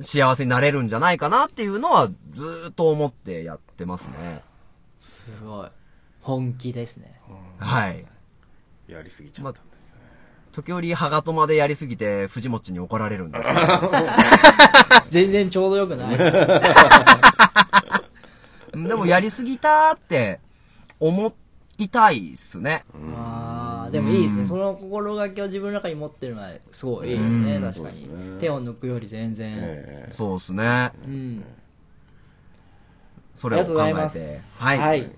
Speaker 5: 幸せになれるんじゃないかなっていうのはずーっと思ってやってますね。
Speaker 2: すごい本気ですね
Speaker 5: はい。
Speaker 4: やりすぎちゃったんですね、
Speaker 5: 時折、ハガトマでやりすぎて、藤持ちに怒られるんですけど。
Speaker 2: 全然ちょうどよくない
Speaker 5: でも、やりすぎたーって、思いたいっすね。
Speaker 2: あーでもいいですねその心がけを自分の中に持ってるのはすごいいいですね確かに、手を抜くより全然、
Speaker 4: え
Speaker 5: そうっすね。
Speaker 2: うん
Speaker 5: そ
Speaker 2: あ
Speaker 5: れ
Speaker 2: りが
Speaker 5: を
Speaker 2: とうご
Speaker 5: 考
Speaker 2: ざ
Speaker 5: え
Speaker 2: いま
Speaker 5: て
Speaker 2: す。
Speaker 5: はい。はい。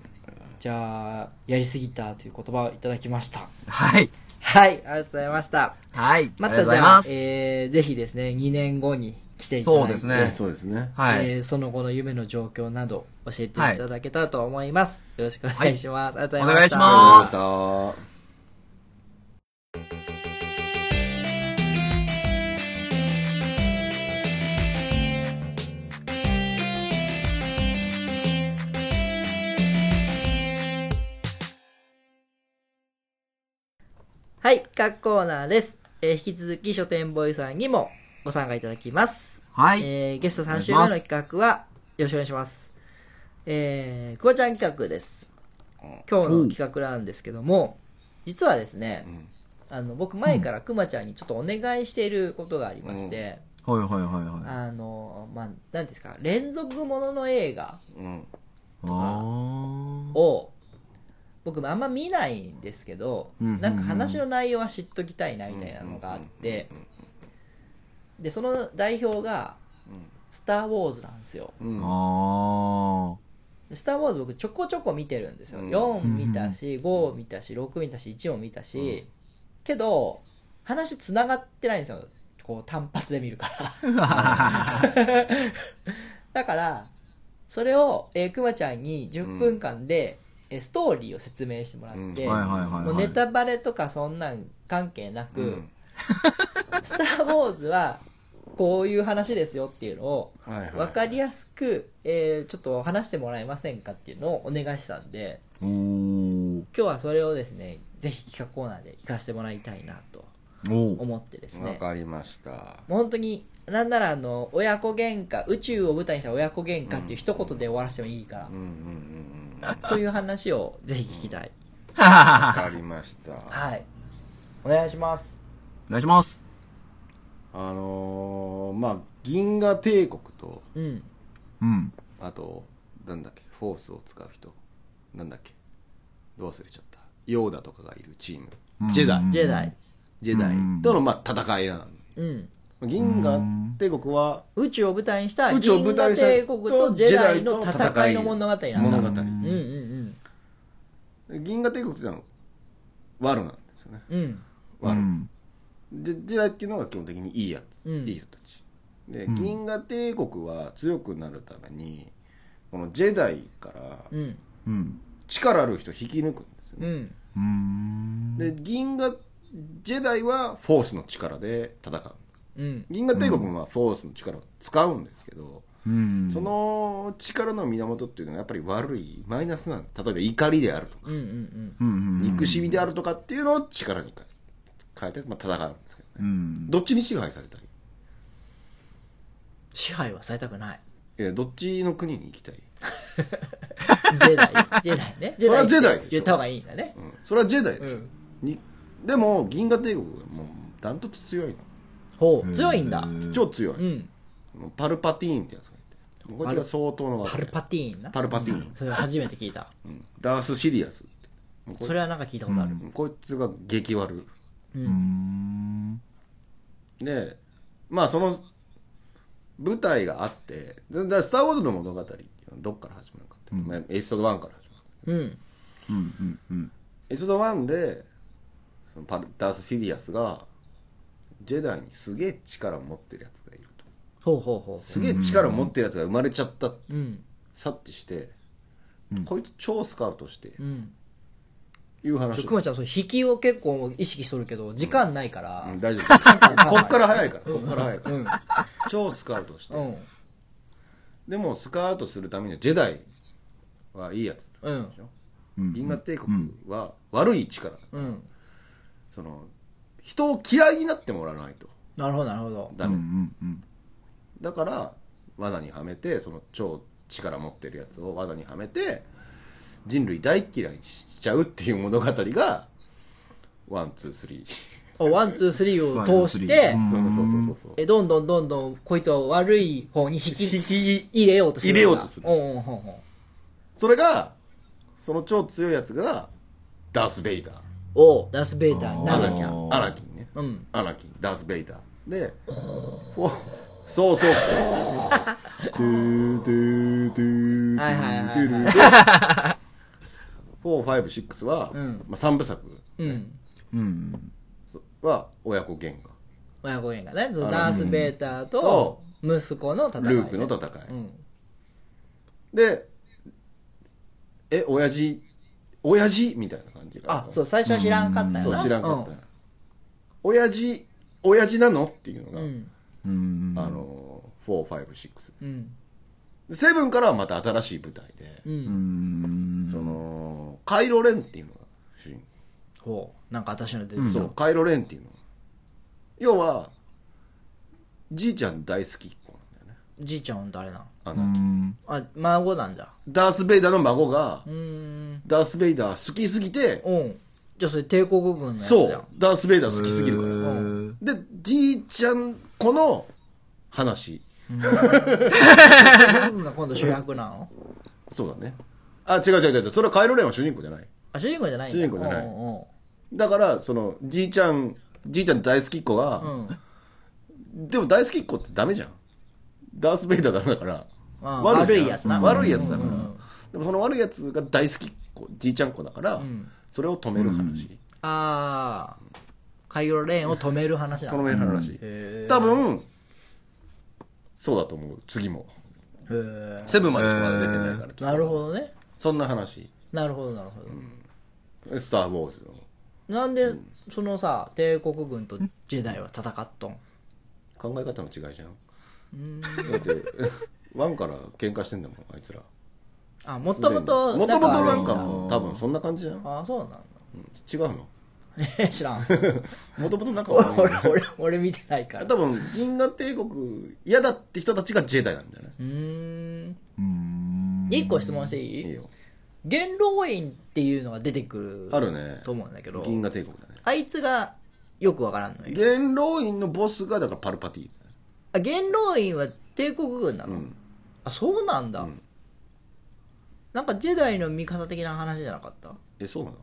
Speaker 2: じゃあやりすぎたという言葉をいただきました
Speaker 5: はい。
Speaker 2: はいありがとうございました
Speaker 5: はい。
Speaker 2: ま
Speaker 5: あ
Speaker 2: た
Speaker 5: りがとうご
Speaker 2: じ
Speaker 5: ざい
Speaker 2: ゃあ
Speaker 5: ます。
Speaker 2: えーぜひですね2年後に来ていただいて
Speaker 5: そうですね
Speaker 4: えそうですね
Speaker 5: はい。
Speaker 2: えーその後の夢の状況など教えていただけたらと思います、よろしくお願いします、ありがとうございました
Speaker 5: お願いします
Speaker 4: ありがとうございました
Speaker 2: はい各コーナーです、えー引き続き書店ボーイさんにもご参加いただきます、
Speaker 5: はい。
Speaker 2: えーゲスト3週目の企画はよろしくお願いしますえー、くぼちゃん企画です今日の企画なんですけども、実はですね、あの僕前からくまちゃんにちょっとお願いしていることがありまして、
Speaker 5: はいはいはいはい。
Speaker 2: あのまあ何ですか連続ものの映画
Speaker 4: うん
Speaker 5: あー
Speaker 2: を僕あんま見ないんですけど、
Speaker 5: んうんうん
Speaker 2: なんか話の内容は知っときたいなみたいなのがあって、でその代表が「スター・ウォーズ」なんですよ
Speaker 5: あー。
Speaker 2: 「スター・ウォーズ」僕ちょこちょこ見てるんですよ、
Speaker 4: うん
Speaker 2: 4見たし5見たし6見たし1も見たし、けど話つながってないんですよこう単発で見るから だからそれを、えーくまちゃんに10分間で、えーストーリーを説明してもらって、
Speaker 4: うん
Speaker 5: はいはいはいはい
Speaker 2: もうネタバレとかそんなん関係なく「
Speaker 4: うん
Speaker 2: スター・ウォーズ」はこういう話ですよっていうのを
Speaker 4: はいはい
Speaker 2: 分かりやすく、えーちょっと話してもらえませんかっていうのをお願いしたんで
Speaker 5: おー。
Speaker 2: 今日はそれをですねぜひ企画コーナーで聞かせてもらいたいなと
Speaker 5: おー。
Speaker 2: 思ってです
Speaker 4: わ
Speaker 2: ね
Speaker 4: かりました
Speaker 2: もう本当になんならあの親子喧嘩宇宙を舞台にした親子喧嘩っていう一言で終わらせてもいいから、
Speaker 4: うんうんうんうん
Speaker 2: そういう話をぜひ聞きたい
Speaker 4: わかりました
Speaker 2: はいお願いします
Speaker 5: お願いします。
Speaker 4: あのー、まあ銀河帝国と
Speaker 2: うん
Speaker 5: うん。
Speaker 4: あとなんだっけフォースを使う人なんだっけどう忘れちゃったヨーダとかがいるチームジェダイ
Speaker 2: ジェダイ
Speaker 4: ジェダ
Speaker 5: うん
Speaker 4: イとのまあ戦いなん
Speaker 2: うん
Speaker 4: 銀河帝国は
Speaker 2: 宇宙を舞台にした
Speaker 4: 宇宙を
Speaker 2: 銀
Speaker 4: 舞
Speaker 2: 河
Speaker 4: 台にした
Speaker 2: 帝国とジェダイの戦いの物語なんだ
Speaker 4: 物語
Speaker 2: うんうん
Speaker 4: 銀河帝国ってのは悪なんですよね
Speaker 2: うんうん
Speaker 4: 悪、
Speaker 5: うん
Speaker 4: じ時代っていうのが基本的にいいやつ、
Speaker 2: うん
Speaker 4: いい人たちで、銀河帝国は強くなるためにこのジェダイから
Speaker 2: うん
Speaker 5: うん。
Speaker 4: 力ある人を引き抜くんですよね、
Speaker 2: うん
Speaker 5: うーん。
Speaker 4: で銀河ジェダイはフォースの力で戦う
Speaker 2: うん
Speaker 4: 銀河帝国もまあフォースの力を使うんですけど、
Speaker 5: うん。
Speaker 4: その力の源っていうのはやっぱり悪いマイナスなの例えば怒りであると
Speaker 2: う
Speaker 4: か、
Speaker 2: んうん
Speaker 5: うんうん。
Speaker 4: 憎しみであるとかっていうのを力に変えて、まあ、戦うんですけどね
Speaker 5: うん。
Speaker 4: どっちに支配されたい
Speaker 2: 支配はされたくない
Speaker 4: いやどっちの国に行きたい、
Speaker 2: ジェダ イジェダイね
Speaker 4: それはジェダイ
Speaker 2: っ
Speaker 4: でしょ
Speaker 2: て言った方がいいんだね
Speaker 4: うん、それはジェダイで
Speaker 2: う
Speaker 4: しょ、
Speaker 2: ん
Speaker 4: にでも銀河帝国がもうダントツ強い
Speaker 2: ほう強いんだ
Speaker 4: の超強い、
Speaker 2: うん
Speaker 4: もうパルパティーンってやつがいてこいつが相当の
Speaker 2: パ
Speaker 4: 若い
Speaker 2: ルパティーンな
Speaker 4: パルパティーン、
Speaker 2: それ初めて聞いた
Speaker 4: うんダース・シリアスってもうこい
Speaker 2: それはなんか聞いたことある
Speaker 4: うんこいつが激悪
Speaker 5: うん。
Speaker 4: でまあその舞台があってでだからスター・ウォーズの物語っていうのはどっから始まるかって、まあエピソード1から始まる
Speaker 2: うん
Speaker 5: うんうんうん。
Speaker 4: エピソード1でそのパルダース・シリアスがジェダイにすげえ力を持ってるやつがいると
Speaker 2: ほうほうほ
Speaker 4: すげえ力を持ってるやつが生まれちゃったって
Speaker 2: ううん
Speaker 4: 察知して、こいつ超スカウトして、
Speaker 2: うん
Speaker 4: いう話
Speaker 2: くまちゃんそれ引きを結構意識しとるけど時間ないから
Speaker 4: うん大丈 夫こっから早いからこっから早いから、
Speaker 2: うん
Speaker 4: 超スカウトして、
Speaker 2: うん
Speaker 4: でもスカウトするためにはジェダイはいいやつ
Speaker 2: うん
Speaker 4: 銀河帝国は悪い力、
Speaker 2: うん
Speaker 4: その人を嫌いになってもらわないと
Speaker 2: なるほどなるほど
Speaker 4: ダメ、
Speaker 5: うんうん。
Speaker 4: だから罠にはめてその超力持ってるやつを罠にはめて人類大っ嫌いにしちゃうっていう物語がワンツースリー
Speaker 2: おワンツースリーを通して
Speaker 5: うん
Speaker 4: そうそうそうそうそう
Speaker 2: えどんどんどんどんこいつを悪い方に引き
Speaker 4: 引き
Speaker 2: 入れようとするんだ
Speaker 4: 入れようとする
Speaker 2: おうおうほうほ
Speaker 4: それがその超強いやつがダース・ベイダー
Speaker 2: うおうダース・ベイダーにな
Speaker 4: ア
Speaker 2: ら
Speaker 4: ナ
Speaker 2: なき
Speaker 4: キ
Speaker 2: ゃ
Speaker 4: ン
Speaker 5: おー
Speaker 4: アナキンね
Speaker 2: うん
Speaker 4: アナキンダース・ベイダーでおそうそうトゥートゥートゥート
Speaker 2: はいはいはいはい
Speaker 4: ゥートゥートゥー456は、
Speaker 2: うん
Speaker 4: まあ、3部作
Speaker 2: うん
Speaker 5: うん。
Speaker 4: は親子喧嘩
Speaker 2: 親子喧嘩ねその
Speaker 4: あの
Speaker 2: ダース・ベイダーと
Speaker 4: と
Speaker 2: 息子の戦いね
Speaker 4: ルークの戦い、
Speaker 2: うん
Speaker 4: でえ親父親父みたいな感じが
Speaker 2: あそう最初は知らんかったよ
Speaker 4: そう
Speaker 2: な
Speaker 4: 知らんかった、親父親父なのっていうのが、
Speaker 2: うん
Speaker 5: うん。
Speaker 4: あの456
Speaker 2: うん
Speaker 4: セブンからはまた新しい舞台で、
Speaker 2: う
Speaker 5: うんん。
Speaker 4: そのカイロレンっていうのが主人
Speaker 2: ほうなんか私の出て
Speaker 4: 公、
Speaker 2: きた
Speaker 4: そうカイロレンっていうのが要はじいちゃん大好きっ子なんだよね
Speaker 2: じいちゃんは誰なん
Speaker 4: あ
Speaker 5: う
Speaker 4: の、
Speaker 5: ん。
Speaker 2: あ孫なんだ
Speaker 4: ダース・ベイダーの孫が、
Speaker 2: うーん
Speaker 4: ダース・ベイダー好きすぎて、
Speaker 2: うんじゃあそれ帝国軍のやつじゃん
Speaker 4: そうダース・ベイダー好きすぎるから、
Speaker 5: うん。
Speaker 4: でじいちゃん子の話
Speaker 2: 帝国軍が今度主役なの
Speaker 4: そうだねあ違う違う違うそれはカイロレンは主人公じゃない
Speaker 2: あ主人公じゃないんだ
Speaker 4: 主人公じゃない
Speaker 2: おうお
Speaker 4: だからそのじいちゃんじいちゃん大好きっ子が、
Speaker 2: ううん
Speaker 4: でも大好きっ子ってダメじゃんダース・ベイダーがだから
Speaker 2: ああ
Speaker 4: 悪い
Speaker 2: 悪いやつな
Speaker 4: 悪いやつだから、
Speaker 2: うんうんうん
Speaker 4: でもその悪いやつが大好きっ子じいちゃん子だから、
Speaker 2: ん
Speaker 4: それを止める話、
Speaker 2: ああ海洋レーンを止める話な
Speaker 4: 止
Speaker 2: の
Speaker 4: める話、
Speaker 2: へ
Speaker 4: 多分そうだと思う次も
Speaker 2: へ
Speaker 4: セブンまでしかまだ出てないから、
Speaker 2: えなるほどね
Speaker 4: そんな話
Speaker 2: なるほどなるほど、
Speaker 4: スター・ウォーズの
Speaker 2: なんでそのさ帝国軍とジェダイは戦っとん
Speaker 4: 考え方の違いじゃんだって ワンから喧嘩してんだもんあいつら
Speaker 2: あもともと
Speaker 4: もともと
Speaker 2: な
Speaker 4: なんん
Speaker 2: か
Speaker 4: かもう多分そんな感じじゃん
Speaker 2: ああそうなんだ
Speaker 4: 違うの
Speaker 2: え知らん
Speaker 4: もともとなんか
Speaker 2: 俺 俺俺見てない から
Speaker 4: 多分銀河帝国嫌だって人たちがジェダイなんじゃないう
Speaker 2: ーん
Speaker 5: うん。
Speaker 2: 一個質問していい
Speaker 4: いいよ
Speaker 2: 元老院っていうのが出てくる
Speaker 4: あるね
Speaker 2: と思うんだけど
Speaker 4: 銀河帝国だね
Speaker 2: あいつがよくわからんのよ
Speaker 4: 元老院のボスがだからパルパティ
Speaker 2: あ元老院は帝国軍なの、あそうなんだ、
Speaker 4: うん
Speaker 2: なんかジェダイの味方的な話じゃなかった
Speaker 4: えそうなの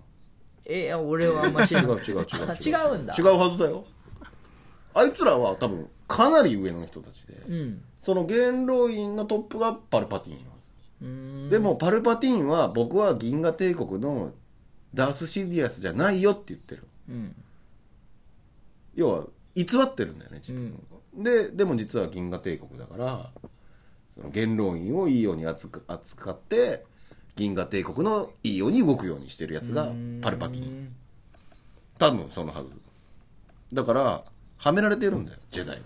Speaker 2: えいや俺はあんま知ら
Speaker 4: 違
Speaker 2: な
Speaker 4: う
Speaker 2: い
Speaker 4: 違う違う違う
Speaker 2: あ 違うんだ
Speaker 4: 違うはずだよあいつらは多分かなり上の人たちで、
Speaker 2: うん
Speaker 4: その元老院のトップがパルパティーンなは
Speaker 2: うーん
Speaker 4: ずでもパルパティーンは僕は銀河帝国のダース・シディアスじゃないよって言ってる
Speaker 2: うん
Speaker 4: 要は偽ってるんだよね、自分をで、でも実は銀河帝国だから、その元老院をいいように扱扱って、銀河帝国のいいように動くようにしてるやつが、パルパキン。多分そのはず。だから、はめられてるんだよ、ジェダイに。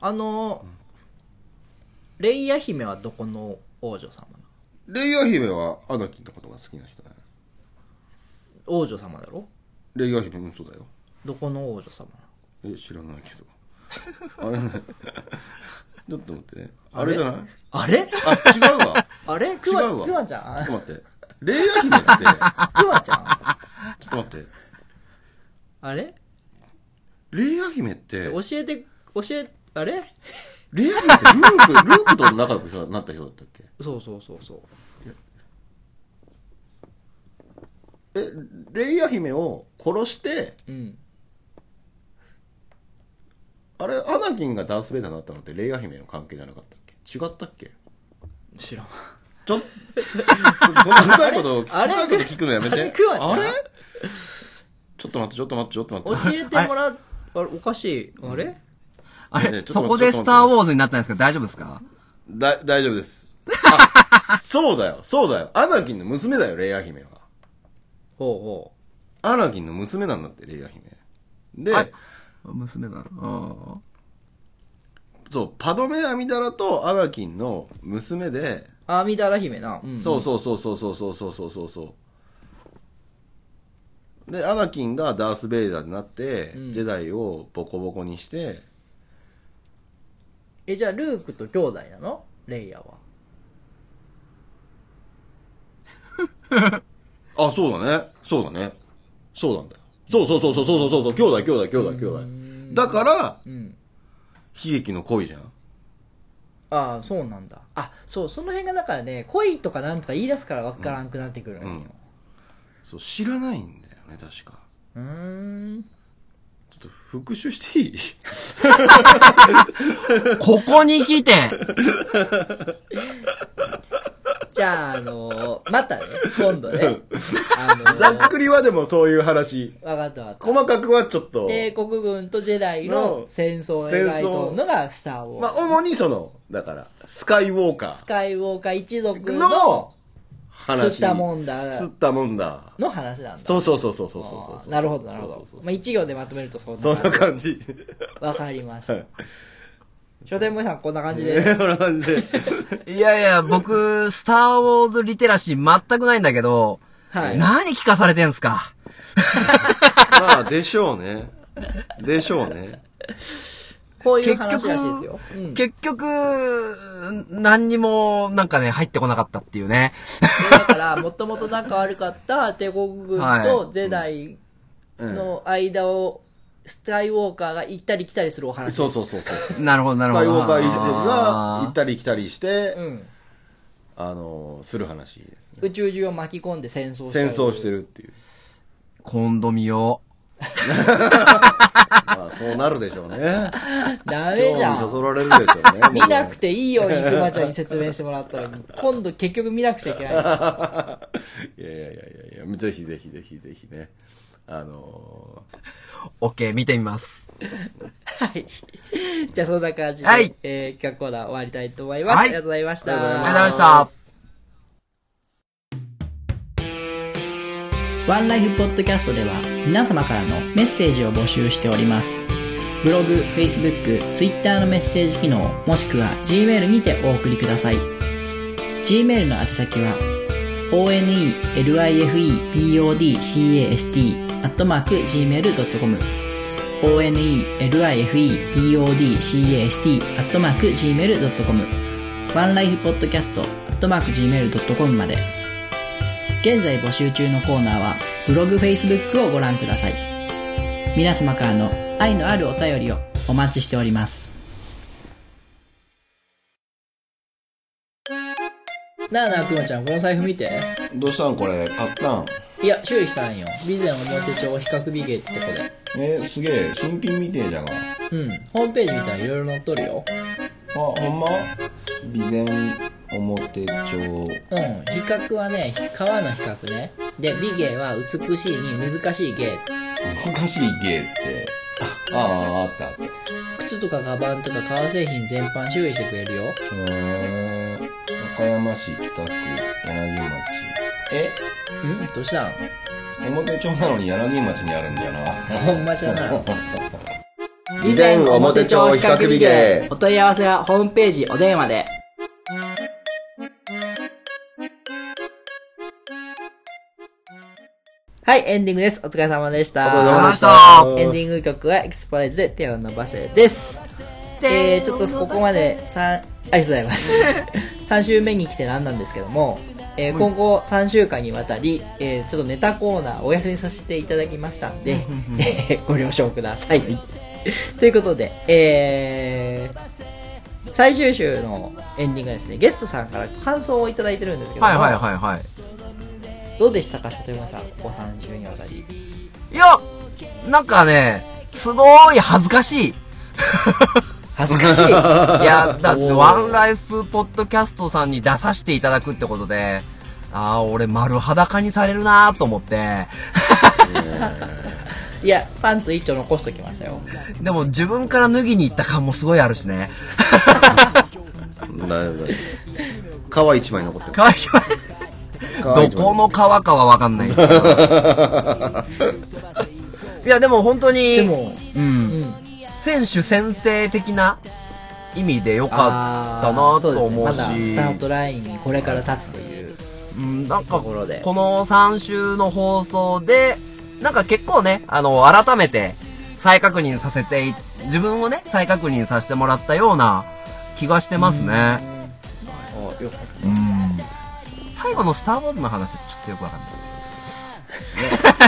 Speaker 2: あのレイヤ姫はどこの王女様なの
Speaker 4: レイヤー姫はアナキンのことが好きな人だね。
Speaker 2: 王女様だろ
Speaker 4: レイヤー姫もそうだよ。
Speaker 2: どこの王女様なの
Speaker 4: え、知らないけ ど。あれね。ちょっと待ってね。あれじゃない
Speaker 2: あれ
Speaker 4: あ、違う わ。
Speaker 2: あれ
Speaker 4: 違
Speaker 2: クマ
Speaker 4: うわ。
Speaker 2: クマち
Speaker 4: ちょ
Speaker 2: ゃ
Speaker 4: っ
Speaker 2: ん
Speaker 4: と待って。レイヤー姫って、
Speaker 2: クマちゃん
Speaker 4: ちょっと待って。
Speaker 2: あれ
Speaker 4: レイヤー姫って、
Speaker 2: 教えて教えあれ
Speaker 4: レイヤー姫ってルーク、 ルークと仲良くなった人だったっけ
Speaker 2: そうそうそうそう
Speaker 4: え、レイヤー姫を殺して、
Speaker 2: うん
Speaker 4: あれ、アナキンがダース・ベイダーになったのってレイヤー姫の関係じゃなかったっけ違ったっけ
Speaker 2: 知らん
Speaker 4: ちょっと、 そんな深いこと、
Speaker 2: あ
Speaker 4: 深
Speaker 2: れ
Speaker 4: いこと聞くのやめ
Speaker 2: あれ
Speaker 4: て
Speaker 2: クワ。ちゃん
Speaker 4: あれちょっと待って、ちょっと待って、ちょっと
Speaker 2: 教
Speaker 4: 待って。
Speaker 2: えてもらうあれおかしいあれ
Speaker 5: あ
Speaker 4: いやいや
Speaker 5: れ、
Speaker 4: ちょっと
Speaker 5: そ
Speaker 4: 待って
Speaker 5: こでスターウォーズになったんですけど大丈夫ですか
Speaker 4: だ、大丈夫です。あ、 そうだよ、そうだよ。アナキンの娘だよ、レイヤー姫は。
Speaker 2: ほうほ
Speaker 4: アナキンの娘なんだって、レイヤー姫。で、
Speaker 5: あ娘なの
Speaker 4: そう、パドメ・アミダラとアナキンの娘で、
Speaker 2: う阿弥陀羅姫なうん
Speaker 4: そうそうそうそうそうそうそうそうそうで、アナキンがダース・ベイダーになって、
Speaker 2: うん
Speaker 4: ジェダイをボコボコにして、
Speaker 2: えじゃあルークと兄弟なのレイヤは
Speaker 4: あ、そうだね。そうだね。そうなんだよ。そうそうそうそうそうそうそう、兄弟兄弟兄弟兄弟。だから、
Speaker 2: うん
Speaker 4: 悲劇の恋じゃん。
Speaker 2: ああそうなんだあそうその辺がだからね恋とかなんとか言い出すからわからんくなってくるんよ
Speaker 4: そう、知らないんだよね、確か。
Speaker 2: うーん
Speaker 4: ちょっと復習していい
Speaker 5: うん。ここに来て、
Speaker 2: じゃああのーまたね今度ねあのー
Speaker 4: ざっくりはでもそういう話。
Speaker 2: わかったわかっ
Speaker 4: 細かくはちょっと
Speaker 2: た。帝国軍とジェダイの
Speaker 4: の
Speaker 2: 戦争を描いとんのがスター・ウォーズ、
Speaker 4: まあ、主にその、だから、スカイウォーカ
Speaker 2: スカイウォーカー一族
Speaker 4: ー
Speaker 2: の
Speaker 4: の話。
Speaker 2: 吸ったもんだ
Speaker 4: 吸ったもんだ。
Speaker 2: の話なんだ
Speaker 4: そうそうそうそうそうそう
Speaker 2: あー
Speaker 4: そう
Speaker 2: なるほどなるほど
Speaker 4: そうそうそう
Speaker 2: まあ、一行でまとめるとそんな
Speaker 4: そんな
Speaker 2: 感
Speaker 4: 感じ。
Speaker 2: じ わかりました、
Speaker 4: はい
Speaker 2: 書店もさんこんな感じで
Speaker 4: そんな感じで。
Speaker 5: いやいや、僕、スターウォーズリテラシー全くないんだけど、
Speaker 2: はい
Speaker 5: 何聞かされてんすか
Speaker 4: まあ、でしょうね。でしょうね。
Speaker 2: こういう
Speaker 5: 結
Speaker 2: 話らしいですよ
Speaker 5: 局、、
Speaker 2: うん
Speaker 5: 結局、何にも、なんかね、入ってこなかったっていうね。
Speaker 2: だからもともと仲悪かった帝国軍とジェダイの間をスカイウォーカーが行ったり来たりするお話です
Speaker 4: そうそうそうそう。ス
Speaker 5: なるほど、なるほ
Speaker 4: カイウ
Speaker 5: ど。
Speaker 4: ォーカー一族が行っ
Speaker 5: あ
Speaker 4: たり来たりして、
Speaker 2: うん、
Speaker 4: あの、する話ですね。
Speaker 2: 宇宙中を巻き込んで戦争
Speaker 4: 戦争して
Speaker 2: る
Speaker 4: るっていう。
Speaker 5: ー今度見よ
Speaker 4: まあ、そうなるでしょうね。
Speaker 2: ダメ
Speaker 4: 興
Speaker 2: じゃ
Speaker 4: 味
Speaker 2: ん
Speaker 4: そそられるでしょ う
Speaker 2: 見
Speaker 4: ね。
Speaker 2: なくていいようにクマちゃんに説明してもらったのに今度結局見なくちゃいけない
Speaker 4: いやいやいやいや、ぜひぜひぜひぜひね。あの
Speaker 5: う。OK、見てみます。
Speaker 2: はいじゃあそんな感じで、
Speaker 5: はい
Speaker 2: えー企画コーナー終わりたいと思います、
Speaker 5: はい
Speaker 2: ありがとうございました
Speaker 4: ありがとうござ
Speaker 5: ありがとうございました。
Speaker 1: ワンライフポッドキャストでは皆様からのメッセージを募集しております。ブログ、Facebook、Twitter のメッセージ機能、もしくは Gmail にてお送りください。Gmail の宛先は onelifepodcast.gmail.com onelifepodcast.gmail.com ワンライフポッドキャスト .gmail.com まで現在募集中のコーナーはブログ、Facebook をご覧ください。皆様からの愛のあるお便りをお待ちしております。
Speaker 2: なあなあクマちゃんこの財布見て
Speaker 4: ーどうしたんこれ、買ったん
Speaker 2: いや修理したんよ備前表帳比較美芸ってとこで
Speaker 4: えー、すげえ、新品みてえじゃが。
Speaker 2: うんホームページ見たらいろいろ載っとるよ
Speaker 4: あ、ほんま備前
Speaker 2: うん、
Speaker 4: 表帳。
Speaker 2: 比較はね、川の比較ね。で、美芸は美しいに難しい芸。
Speaker 4: 難しい芸って、ああ、あったあった。
Speaker 6: 靴とかカバンとか革製品全般注意してくれるよ。
Speaker 4: うーん和歌山市北区柳町え
Speaker 6: んどうしたん
Speaker 4: 表町なのに柳町にあるんだよな
Speaker 6: ほんまじゃな。
Speaker 3: 以前表帳比較美芸
Speaker 2: お問い合わせはホームページお電話で。はい、エンディングです。お疲れ様でした。
Speaker 3: お疲れ様でし
Speaker 5: あ
Speaker 3: た
Speaker 5: ー
Speaker 2: エンディング曲はエクスパイズで手を伸ばせです。えー、ちょっとここまで3、ありがとうござい ます。3週目に来て何なんですけども、えー今後3週間にわたり、えーちょっとネタコーナーお休みさせていただきましたんで、 えーご了承ください。ということで、えー最終週のエンディングはですね、ゲストさんから感想をいただいてるんですけども、
Speaker 5: はいはいはいはい。
Speaker 2: どうでしたか、里山さん、ここ3週にわたり。
Speaker 5: いや、なんかね、すごい恥ずかしい。
Speaker 2: 恥ずかしい。
Speaker 5: いや、だってワンライフポッドキャストさんに出させていただくってことで、ああ、俺丸裸にされるなーと思って、
Speaker 2: いや、パンツ一丁残しときましたよ。
Speaker 5: でも自分から脱ぎに行った感もすごいあるしね。
Speaker 4: なるほど皮一枚残って
Speaker 5: かわいそう。ど
Speaker 4: る
Speaker 5: この川かはわ かんないけど。いや、でも本当に、
Speaker 2: でも、
Speaker 5: う、
Speaker 2: うんん。
Speaker 5: 選手先生的な意味でよか
Speaker 2: あ
Speaker 5: っ
Speaker 2: ー
Speaker 5: た
Speaker 2: そ
Speaker 5: な
Speaker 2: うです
Speaker 5: と
Speaker 2: ね
Speaker 5: 思う
Speaker 2: ま
Speaker 5: し、
Speaker 2: だスタートラインにこれから立つという
Speaker 5: うん、なん
Speaker 2: と
Speaker 5: か
Speaker 2: ころで。
Speaker 5: この3週の放送で、なんか結構ね、あの、改めて再確認させてい、自分をね、再確認させてもらったような気がしてますね。
Speaker 2: およかった
Speaker 5: 最後のスター・ウォーズの話、ちょっとよくわか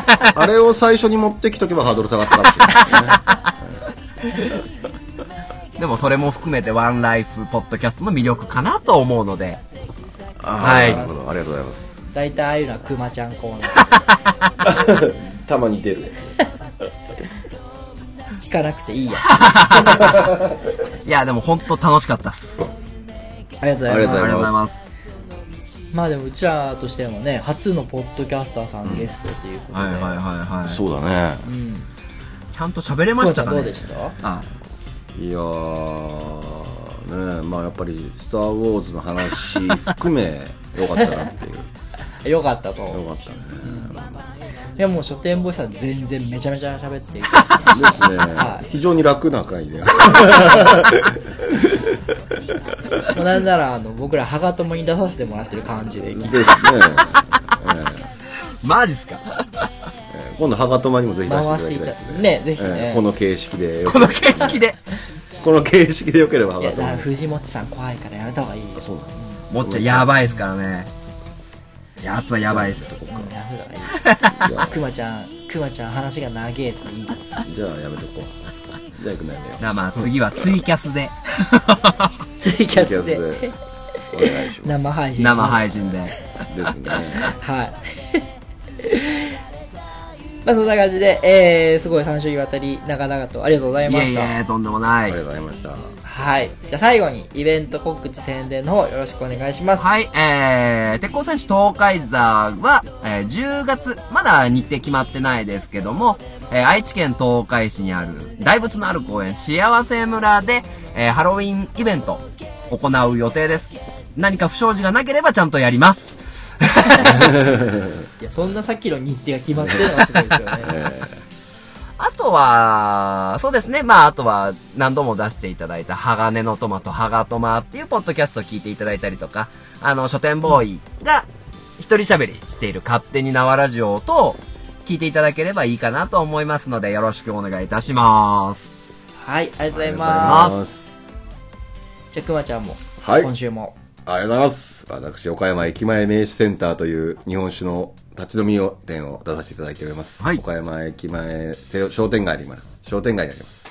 Speaker 5: んない。
Speaker 4: あれを最初に持ってきとけばハードル下がったかもし れない
Speaker 5: でもそれも含めてワンライフポッドキャストの魅力かなと思うので、
Speaker 4: あー
Speaker 5: はい
Speaker 4: なるほどありがとうございます
Speaker 2: 大体ああいうのはクマちゃんコーナ ー
Speaker 4: たまに出る
Speaker 2: 聞かなくていいや
Speaker 5: いや、でも本当楽しかったっす。
Speaker 2: ありがとうござ
Speaker 4: あり
Speaker 2: い
Speaker 4: がと
Speaker 2: ます
Speaker 5: ありがとうございます。
Speaker 2: まあでもうちらとしてもね初のポッドキャスターさんゲストということ
Speaker 5: はい
Speaker 2: で、
Speaker 5: はいはいはい。
Speaker 4: そうだね
Speaker 2: うん
Speaker 5: ちゃんと喋れま
Speaker 2: クマ
Speaker 5: し
Speaker 2: ちゃ
Speaker 5: た
Speaker 2: ん
Speaker 5: か
Speaker 2: ど
Speaker 5: ね
Speaker 2: うでした
Speaker 5: あ
Speaker 4: いやーねまあやっぱり「スター・ウォーズ」の話含めよかったなっていうよ
Speaker 2: よかったと
Speaker 4: かったね
Speaker 2: いやもう書店ボイスは全然めちゃめちゃ喋っていて
Speaker 4: ですね、
Speaker 2: はい
Speaker 4: 非常に楽な回で、
Speaker 2: もうなんならあの僕らハガともに出させてもらってる感じ で
Speaker 4: ですね、
Speaker 5: マジっすか
Speaker 4: えー今度はがとまにもぜひ出
Speaker 2: 回
Speaker 4: し
Speaker 2: してて
Speaker 4: い
Speaker 2: い
Speaker 4: た
Speaker 2: た
Speaker 4: だ
Speaker 2: だ
Speaker 4: き
Speaker 2: き
Speaker 4: た
Speaker 2: た
Speaker 4: い
Speaker 2: いですす
Speaker 4: でね
Speaker 2: ねねぜひね
Speaker 4: えーこの形式でよ
Speaker 5: この形式で。
Speaker 4: この形式でよければハ
Speaker 2: い
Speaker 4: ガ
Speaker 2: や
Speaker 4: と
Speaker 2: だか
Speaker 4: ま
Speaker 2: ら藤本さん怖いからやめた方がいいよ
Speaker 4: そうなの
Speaker 5: もっちゃんやばいっすからね。やつはやばいっす。
Speaker 2: うんやめた方がいいクマちゃんクマちゃん話が長えとかいいです
Speaker 4: じゃあやめとこうじ ゃあ行くのやめよ
Speaker 5: なあまあ次はツイキャスで。
Speaker 2: ツイキャスで
Speaker 4: ツイうお願いしま
Speaker 2: 生配信します
Speaker 5: 生配信で。
Speaker 4: すですね
Speaker 2: はい まあそんな感じで、えー、すごい3週にわたり長々とありがとうござい
Speaker 5: い
Speaker 2: ま
Speaker 5: え
Speaker 2: し
Speaker 5: い
Speaker 2: た
Speaker 5: え、とんでもな
Speaker 4: あり
Speaker 5: い
Speaker 4: がと。うございました
Speaker 2: はいじゃあ最後にイベント告知宣伝の方よろしくお願いします
Speaker 5: はい、えー、鉄鋼戦士東海座は、えー10月、まだ日程決まってないですけども、えー愛知県東海市にある大仏のある公園、幸せ村で、えーハロウィンイベント、行う予定です。何か不祥事がなければちゃんとやります。
Speaker 2: いやそんなさっきの日程が決まってるのがすごいですよ ね
Speaker 5: あとは、そうですね。まあ、あとは、何度も出していただいた、鋼のトマト、ハガトマっていうポッドキャストを聞いていただいたりとか、あの、書店ボーイが、一人喋りしている勝手に縄ラジオと、聞いていただければいいかなと思いますので、よろしくお願いいたします。
Speaker 2: はいありがとうござい
Speaker 4: あ
Speaker 2: ま
Speaker 4: りがとうござい
Speaker 2: す
Speaker 4: す
Speaker 2: じゃあくまちゃんも、
Speaker 4: はい
Speaker 2: 今週も
Speaker 4: ありがとうございます私岡山駅前名手センターという日本酒の立ち飲みを店を出させていただいております、
Speaker 5: はい
Speaker 4: 岡山駅前せ商店街にあります商店街にあります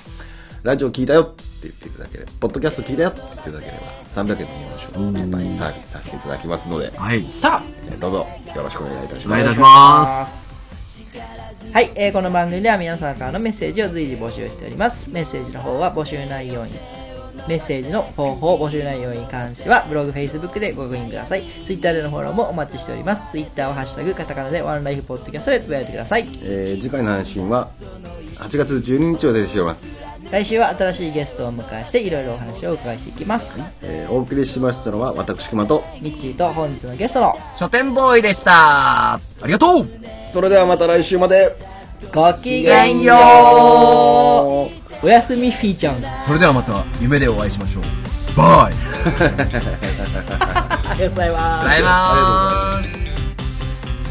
Speaker 4: ラジオ聞いたよって言っていただければポッドキャスト聞いたよって言っていただければ300円の日本酒をいっぱいサービスさせていただきますので
Speaker 5: はい。
Speaker 2: た
Speaker 4: えーどうぞよろしくお願いいたし
Speaker 5: お
Speaker 4: ま
Speaker 5: 願いい
Speaker 4: す
Speaker 5: たします。
Speaker 2: はい、えーこの番組では皆さんからのメッセージを随時募集しておりますメッセージの方は募集内容にメッセージの方法募集内容に関してはブログ Facebook でご確認ください Twitter でのフォローもお待ちしております Twitter をハッシュタグカタカナでワンライフポッドキャストでつぶやいてください
Speaker 4: えー次回の配信は8月12日までしております、
Speaker 7: 来週は新しいゲストをお迎えしていろいろお話をお伺いしていきます
Speaker 4: えーお送りしましたのは私熊と
Speaker 7: ミッチーと本日のゲストの
Speaker 5: 書店ボーイでしたありがとう
Speaker 4: それではまた来週まで
Speaker 7: ごきげんようおやすみフィーちゃん
Speaker 5: それではまた夢でお会いしましょうバイ
Speaker 7: ありがとうございます
Speaker 5: バイバーイ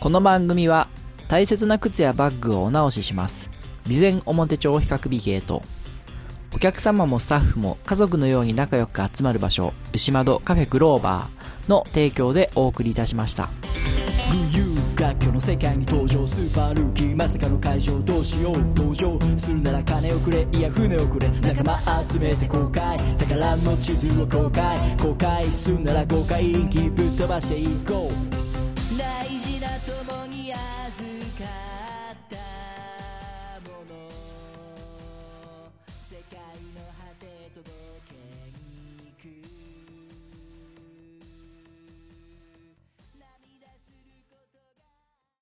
Speaker 2: この番組は大切な靴やバッグをお直しします備前表帳比較美ゲートお客様もスタッフも家族のように仲良く集まる場所牛窓カフェグローバーの提供でお送りいたしました群雄楽曲の世界に登場スーパールーキーまさかの会場どうしよう登場するなら金をくれいや船をくれ仲間集めて公開宝の地図を公開公開するなら公開気ぶっ飛ばしていこう